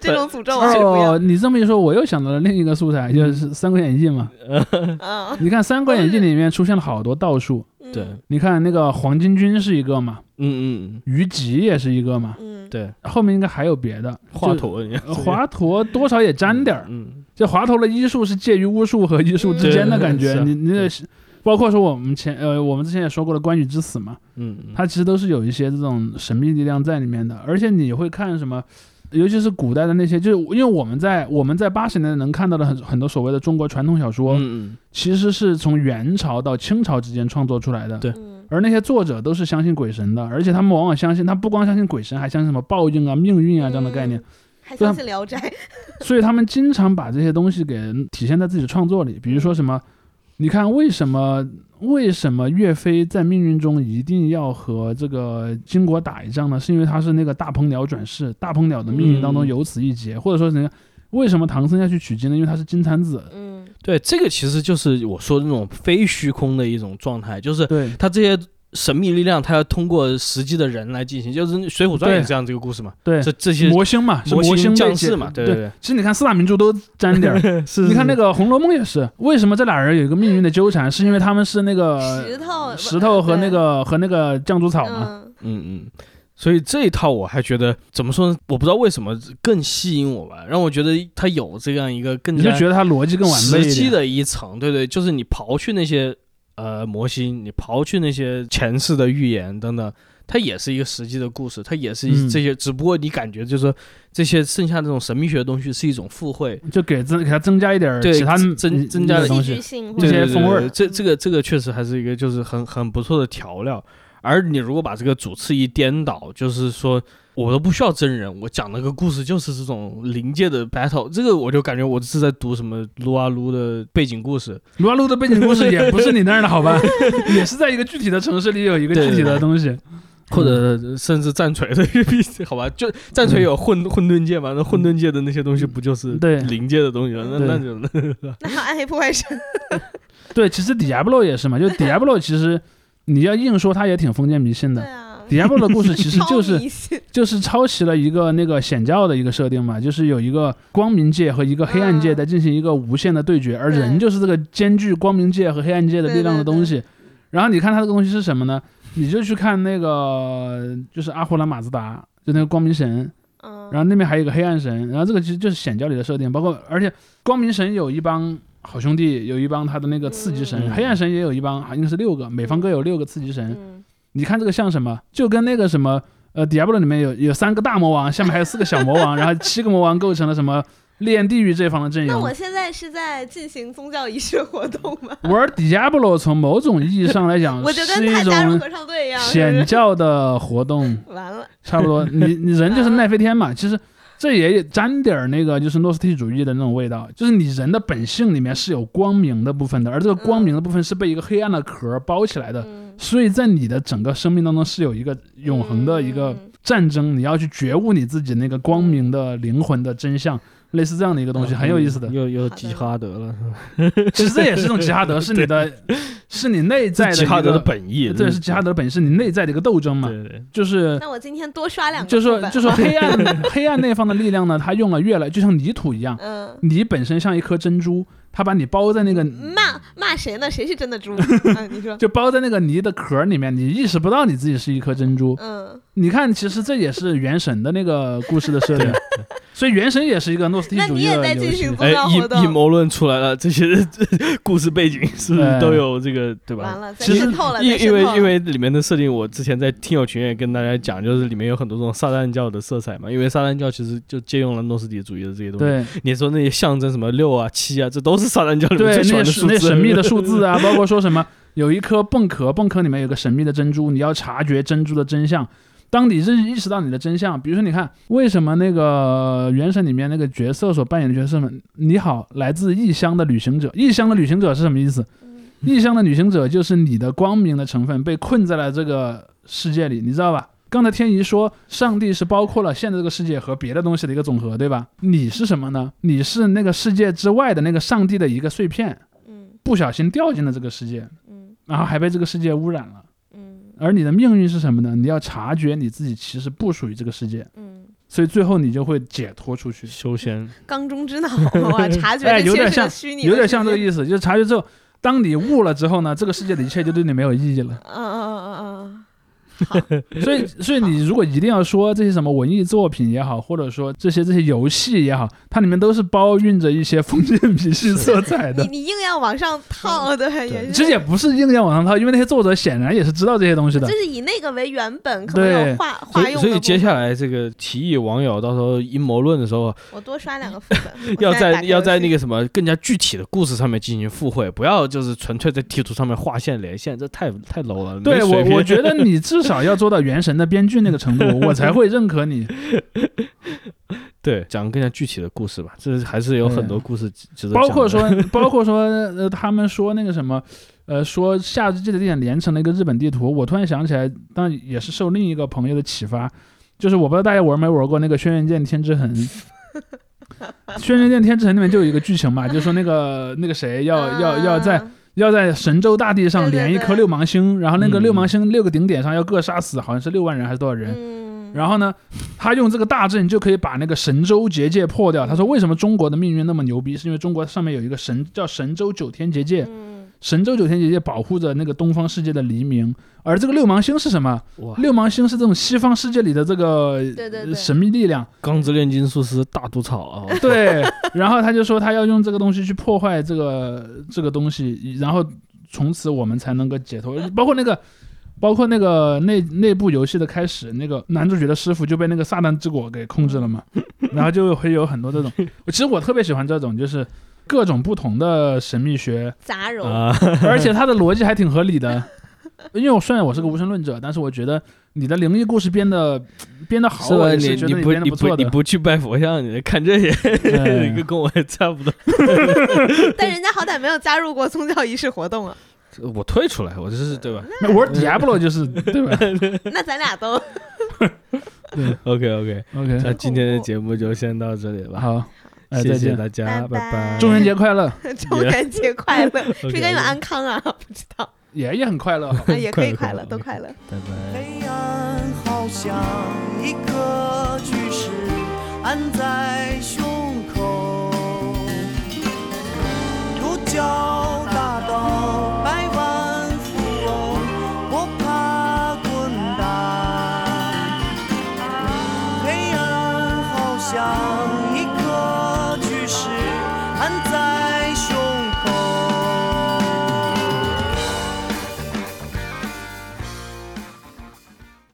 C: 这种诅咒我绝不要。
B: 哦，你这么一说，我又想到了另一个素材，就是《三国演义》嘛。
C: 嗯，
B: 你看《三国演义》里面出现了好多道术，
C: 嗯
A: 对，，
B: 你看那个黄巾军是一个嘛，
A: 嗯嗯，
B: 虞姬也是一个嘛，
C: 嗯，
A: 对，
B: 后面应该还有别的。
A: 华
B: 就
A: 佗你
B: 呃华佗多少也沾点儿，
A: 嗯，
B: 这华佗的医术是介于巫术和医术之间的感觉。
A: 嗯
B: 你
A: 对
B: 你得包括说我们前呃我们之前也说过的关羽之死嘛，
A: 嗯嗯，
B: 它其实都是有一些这种神秘力量在里面的，而且你会看什么？尤其是古代的那些，就是因为我们在我们在八十年代能看到的很很多所谓的中国传统小说，
A: 嗯
B: 其实是从元朝到清朝之间创作出来的。
A: 对
C: 嗯
B: 而那些作者都是相信鬼神的，而且他们往往相信，他不光相信鬼神，还相信什么报应啊、命运啊这样的概念。
C: 嗯还
B: 啊
C: 相信《聊斋》
A: [LAUGHS]
B: 所以他们经常把这些东西给体现在自己的创作里，比如说什么，你看为什么为什么岳飞在命运中一定要和这个金国打一仗呢？是因为他是那个大鹏鸟转世，大鹏鸟的命运当中
A: 嗯
B: 有此一劫，或者说人家为什么唐僧要去取经呢？因为他是金蝉子。
C: 嗯
A: 对，这个其实就是我说的那种非虚空的一种状态，就是
B: 对
A: 它这些神秘力量，它要通过实际的人来进行，就是《水浒传》也
B: 对
A: 是这样这个故事嘛，
B: 对，
A: 这这些
B: 魔星嘛，是
A: 魔
B: 魔
A: 星
B: 星
A: 降
B: 被
A: 世
B: 劫
A: 嘛，对
B: 对
A: 对，
B: 其实你看四大名著都
A: [LAUGHS]
B: 沾点儿，
A: 是
B: 你看那个《红楼梦》也是，为什么这俩人有一个命运的纠缠？是因为他们是那个
C: 石头
B: 呃石头和那个和那个绛珠草嘛。
C: 嗯
A: 嗯嗯，所以这一套我还觉得怎么说呢？我不知道为什么更吸引我吧，让我觉得它有这样一个更
B: 你就
A: 加
B: 觉得它逻辑更完备
A: 实
B: 一
A: 际
B: 点。
A: 的一层，对对，就是你刨去那些呃魔星，你刨去那些前世的预言等等，它也是一个实际的故事，它也是一
B: 嗯
A: 这些，只不过你感觉就是说这些剩下这种神秘学的东西是一种附会。
B: 就给增给它增加一点儿
A: 对
B: 其他
A: 增增
B: 嗯
A: 增加
B: 那
A: 了
B: 个东
C: 戏剧
B: 西，
C: 性
B: 一
A: 对
B: 些
A: 对对
B: 风味
A: 对
B: 儿嗯
A: 这这个这个确实还是一个就是很很不错的调料。而你如果把这个主次一颠倒，就是说我都不需要真人，我讲那个故事就是这种灵界的 battle，这个我就感觉我是在读什么撸啊撸的背景故事，
B: 撸啊撸的背景故事也不是你那儿的
A: [LAUGHS]
B: 好吧？也是在一个具体的城市里有一个
A: 对
B: 具体的东西。
A: 或
B: 嗯
A: 者甚至战锤的 [LAUGHS] 一个比赛，好吧，就战锤有混、混沌界嘛，那混沌界的那些东西不就是
B: 嗯对
A: 灵界的东西了？那
B: 对
A: 那就
C: 那还有暗黑破坏神，
B: 对，其实 Diablo 也是嘛，就 Diablo 其实你要硬说它也挺封建迷信
C: 对
B: 的。
C: 啊，
B: Diablo 的故事其实就
C: 超
B: 是
C: 迷信
B: 就是抄袭了一个那个显教的一个设定嘛，就是有一个光明界和一个黑暗界
C: 嗯
B: 在进行一个无限的对决，而
C: 对
B: 人就是这个兼具光明界和黑暗界的力量的东西。然后你看它这个东西是什么呢？你就去看那个就是阿胡兰马自达，就那个光明神，
C: 嗯，
B: 然后那边还有一个黑暗神，然后这个其实就是显教里的设定，包括而且光明神有一帮好兄弟，有一帮他的那个次级神，
A: 嗯
B: 黑暗神也有一帮，好应该是六个，每方各有六个次级神。
C: 嗯
B: 你看这个像什么？就跟那个什么，呃，Diablo 里面有有三个大魔王，下面还有四个小魔王，然后七个魔王构成了什么练地狱这方的阵营
C: 那。我现在是在进行宗教仪式活动吗？
B: 玩 Diablo 从某种意义上来
C: [LAUGHS]
B: 讲
C: 我就跟
B: 呃是
C: 他
B: 一
C: 加入
B: 种
C: 合唱队一样，是不
B: 显
C: 是？
B: 教的活动，
C: 完了，
B: 差不多。你你人就是奈飞天
C: [LAUGHS]
B: 嘛，其实这也沾点儿那个就是诺斯替主义的那种味道，就是你人的本性里面是有光明的部分的，而这个光明的部分是被一个黑暗的壳包起来的，
C: 嗯，
B: 所以在你的整个生命当中是有一个永恒的一个
C: 嗯
B: 战争，你要去觉悟你自己那个光明的灵魂的真相，类似这样的一个东
A: 啊
B: 西，很有意思的。
A: 又又
C: 好的
A: 吉哈德 [LAUGHS] 了，
B: 其实这也是一种吉哈德，是你的，是你内在
A: 这
B: 的
A: 吉哈
B: 一
A: 德
B: 个
A: 的本意，
B: 这也是吉哈德的本身，你内在的一个斗争嘛，
A: 对对，
B: 就是。 [LAUGHS]
C: 那我今天多刷两个，
B: 就是说，就是说，黑暗 [LAUGHS] 黑暗那方的力量呢，它用了越来就像泥土一样，
C: 嗯，
B: 你本身像一颗珍珠，它把你包在那个
C: 骂骂谁呢？谁是真的猪？嗯，你说，
B: 就包在那个泥的壳里面，你意识不到你自己是一颗珍珠。
C: 嗯，
B: 你看，其实这也是《原神》的那个故事的设定，所以《原神》也是一个诺斯替
C: 那
B: 主
C: 你
B: 义
C: 也
B: 的
C: 在
B: 游
C: 进
B: 戏
C: 行。宗
A: 哎
C: 教，活
A: 阴阴
C: 动，
A: 谋论出来了，这
B: [LAUGHS]
A: 些这故事背景是不
B: 哎
A: 是都有这个对吧
C: 完？了，再
A: 其实
C: 渗透了，
A: 因
C: 再渗
A: 因为
C: 透了
A: 因为里面的设定，我之前在听友群也跟大家讲，就是里面有很多这种撒旦教的色彩嘛，因为撒旦教其实就借用了诺斯底主义的这些东西。，
B: 对
A: 你说那些象征什么六啊、七啊，这都是撒旦教里面 [LAUGHS] 最，
B: 对
A: 喜
B: 那
A: 欢的
B: 些
A: 数
B: 那
A: 字。[LAUGHS]
B: 神秘的数字啊，包括说什么有一颗蚌壳，蚌壳里面有个神秘的珍珠，你要察觉珍珠的真相。当你认意识到你的真相，比如说，你看为什么那个《原神》里面那个角色所扮演的角色们，你好，来自异乡的旅行者。异乡的旅行者是什么意思？
C: 嗯
B: 异乡的旅行者就是你的光明的成分被困在了这个世界里，你知道吧？刚才天怡说，上帝是包括了现在这个世界和别的东西的一个总和，对吧？你是什么呢？你是那个世界之外的那个上帝的一个碎片，
C: 嗯
B: 不小心掉进了这个世界，
C: 嗯
B: 然后还被这个世界污染了。
C: 嗯
B: 而你的命运是什么呢？你要察觉你自己其实不属于这个世界，
C: 嗯，
B: 所以最后你就会解脱出去。
A: 修仙，
C: 缸中之脑，我察觉
B: 哎
C: 这
B: 有
C: 确实是
B: 点
C: 个
B: 像
C: 虚拟的世界，
B: 有点像这个意思，就是察觉之后，当你悟了之后呢，这个世界的一切就对你没有意义了。
C: 嗯嗯嗯
B: [LAUGHS] 所以，所以你如果一定要说这些什么文艺作品也好，或者说这些这些游戏也好，它里面都是包蕴着一些封建迷信色
C: 嗯，
B: 彩
C: 你 [LAUGHS]
B: 的。
C: 你硬要往上套，对，也
B: 其
C: 是
B: 实。也不是硬要往上套，因为那些作者显然也是知道这些东西的
C: 就。是以那个为原本，可能
B: 对
C: 有化化
A: 所以
C: 用的部分。
A: 所以接下来这个提议网友到时候阴谋论的时候，
C: 我多刷两个副本，
A: [LAUGHS]
C: 我
A: 要
C: 现在打
A: 在
C: 开
A: 要在
C: 游戏
A: 那个什么更加具体的故事上面进行附会，不要就是纯粹在地图上面划线连线，这太太 low 了。没
B: 对
A: 水
B: 我，
A: 平
B: 我觉 [LAUGHS] 得你至少要做到《原神》的编剧那个程度， [LAUGHS] 我才会认可你。
A: 对讲更加具体的故事吧，这还是有很多故事值值得讲
B: 包
A: 的。
B: 括说，
A: [LAUGHS]
B: 包括说，呃，他们说那个什么，呃，说夏之记的地点连成了一个日本地图。我突然想起来，当然也是受另一个朋友的启发，就是我不知道大家玩没玩过那个《轩辕剑天之痕》。
C: [LAUGHS]
B: 《轩辕剑天之痕》里面就有一个剧情嘛，就是说那
C: [LAUGHS]
B: 个那个谁要、要要在
C: 嗯
B: 要在神州大地上
C: 对对
B: 连一颗
C: 对
B: 六芒星，然后那个
A: 嗯
B: 六芒星六个顶点上要各杀死，好像是六万人还是多少人？
C: 嗯，
B: 然后呢，他用这个大阵就可以把那个神州结界破掉。他说，为什么中国的命运那么牛逼？是因为中国上面有一个神叫神州九天结界，
C: 嗯
B: 神州九天结界保护着那个东方世界的黎明。而这个六芒星是什么？
A: 哇，
B: 六芒星是这种西方世界里的这个
C: 对对
B: 呃
C: 对，
B: 神秘力量。
A: 钢之炼金术师大毒草啊，
B: [LAUGHS] 对，然后他就说他要用这个东西去破坏这个这个东西，然后从此我们才能够解脱。包括那个，包括那个内内部游戏的开始，那个男主角的师傅就被那个撒旦之果给控制
A: [LAUGHS]
B: 了嘛，然后就会有很多这种。其实我特别喜欢这种，就是各种不同的神
A: [LAUGHS]
B: 秘学，
C: 杂糅，
A: 啊，
B: 而且它的逻辑还挺合理的。因为我虽然我是个无神论者，但是我觉得你的灵异故事编的编的好，
A: 是
B: 我
A: 吧？
B: 也
A: 你
B: 是觉得
A: 你不
B: 编的
A: 你
B: 错
A: 不
B: 的
A: 你。不去拜佛像，你看这些， [LAUGHS]
B: 哎
A: 跟我也差不多。
C: 但人家好歹没有加入过宗教仪式活动啊，
A: 我退出来，我就是对
B: [LAUGHS]
A: 吧
B: 那玩 Diablo 就是
A: [LAUGHS]
B: 对吧？
C: 那咱俩都
A: ？OK OK，那 [LAUGHS]
B: OK，
A: 今天的节目就先到这里吧，
B: 好，哎，
A: 谢
B: 再
A: 谢
B: 见，
A: 大家，拜
C: 拜拜
A: 拜。
B: 中元节快乐， [LAUGHS]
C: [LAUGHS] 中元节快
A: [LAUGHS]
C: 乐，谁
A: OK，
C: 给你们
A: OK
C: 安康啊？ [LAUGHS] 不知道，
B: 也也很快乐，
C: 啊也可以
A: 快
C: 快
A: 乐
C: 乐，都
A: 快
C: 快乐。
A: 拜拜。
E: 黑暗好像一颗巨石，按在胸口。如胶大刀，百万富翁，不怕滚蛋。黑暗好像一颗巨石，按在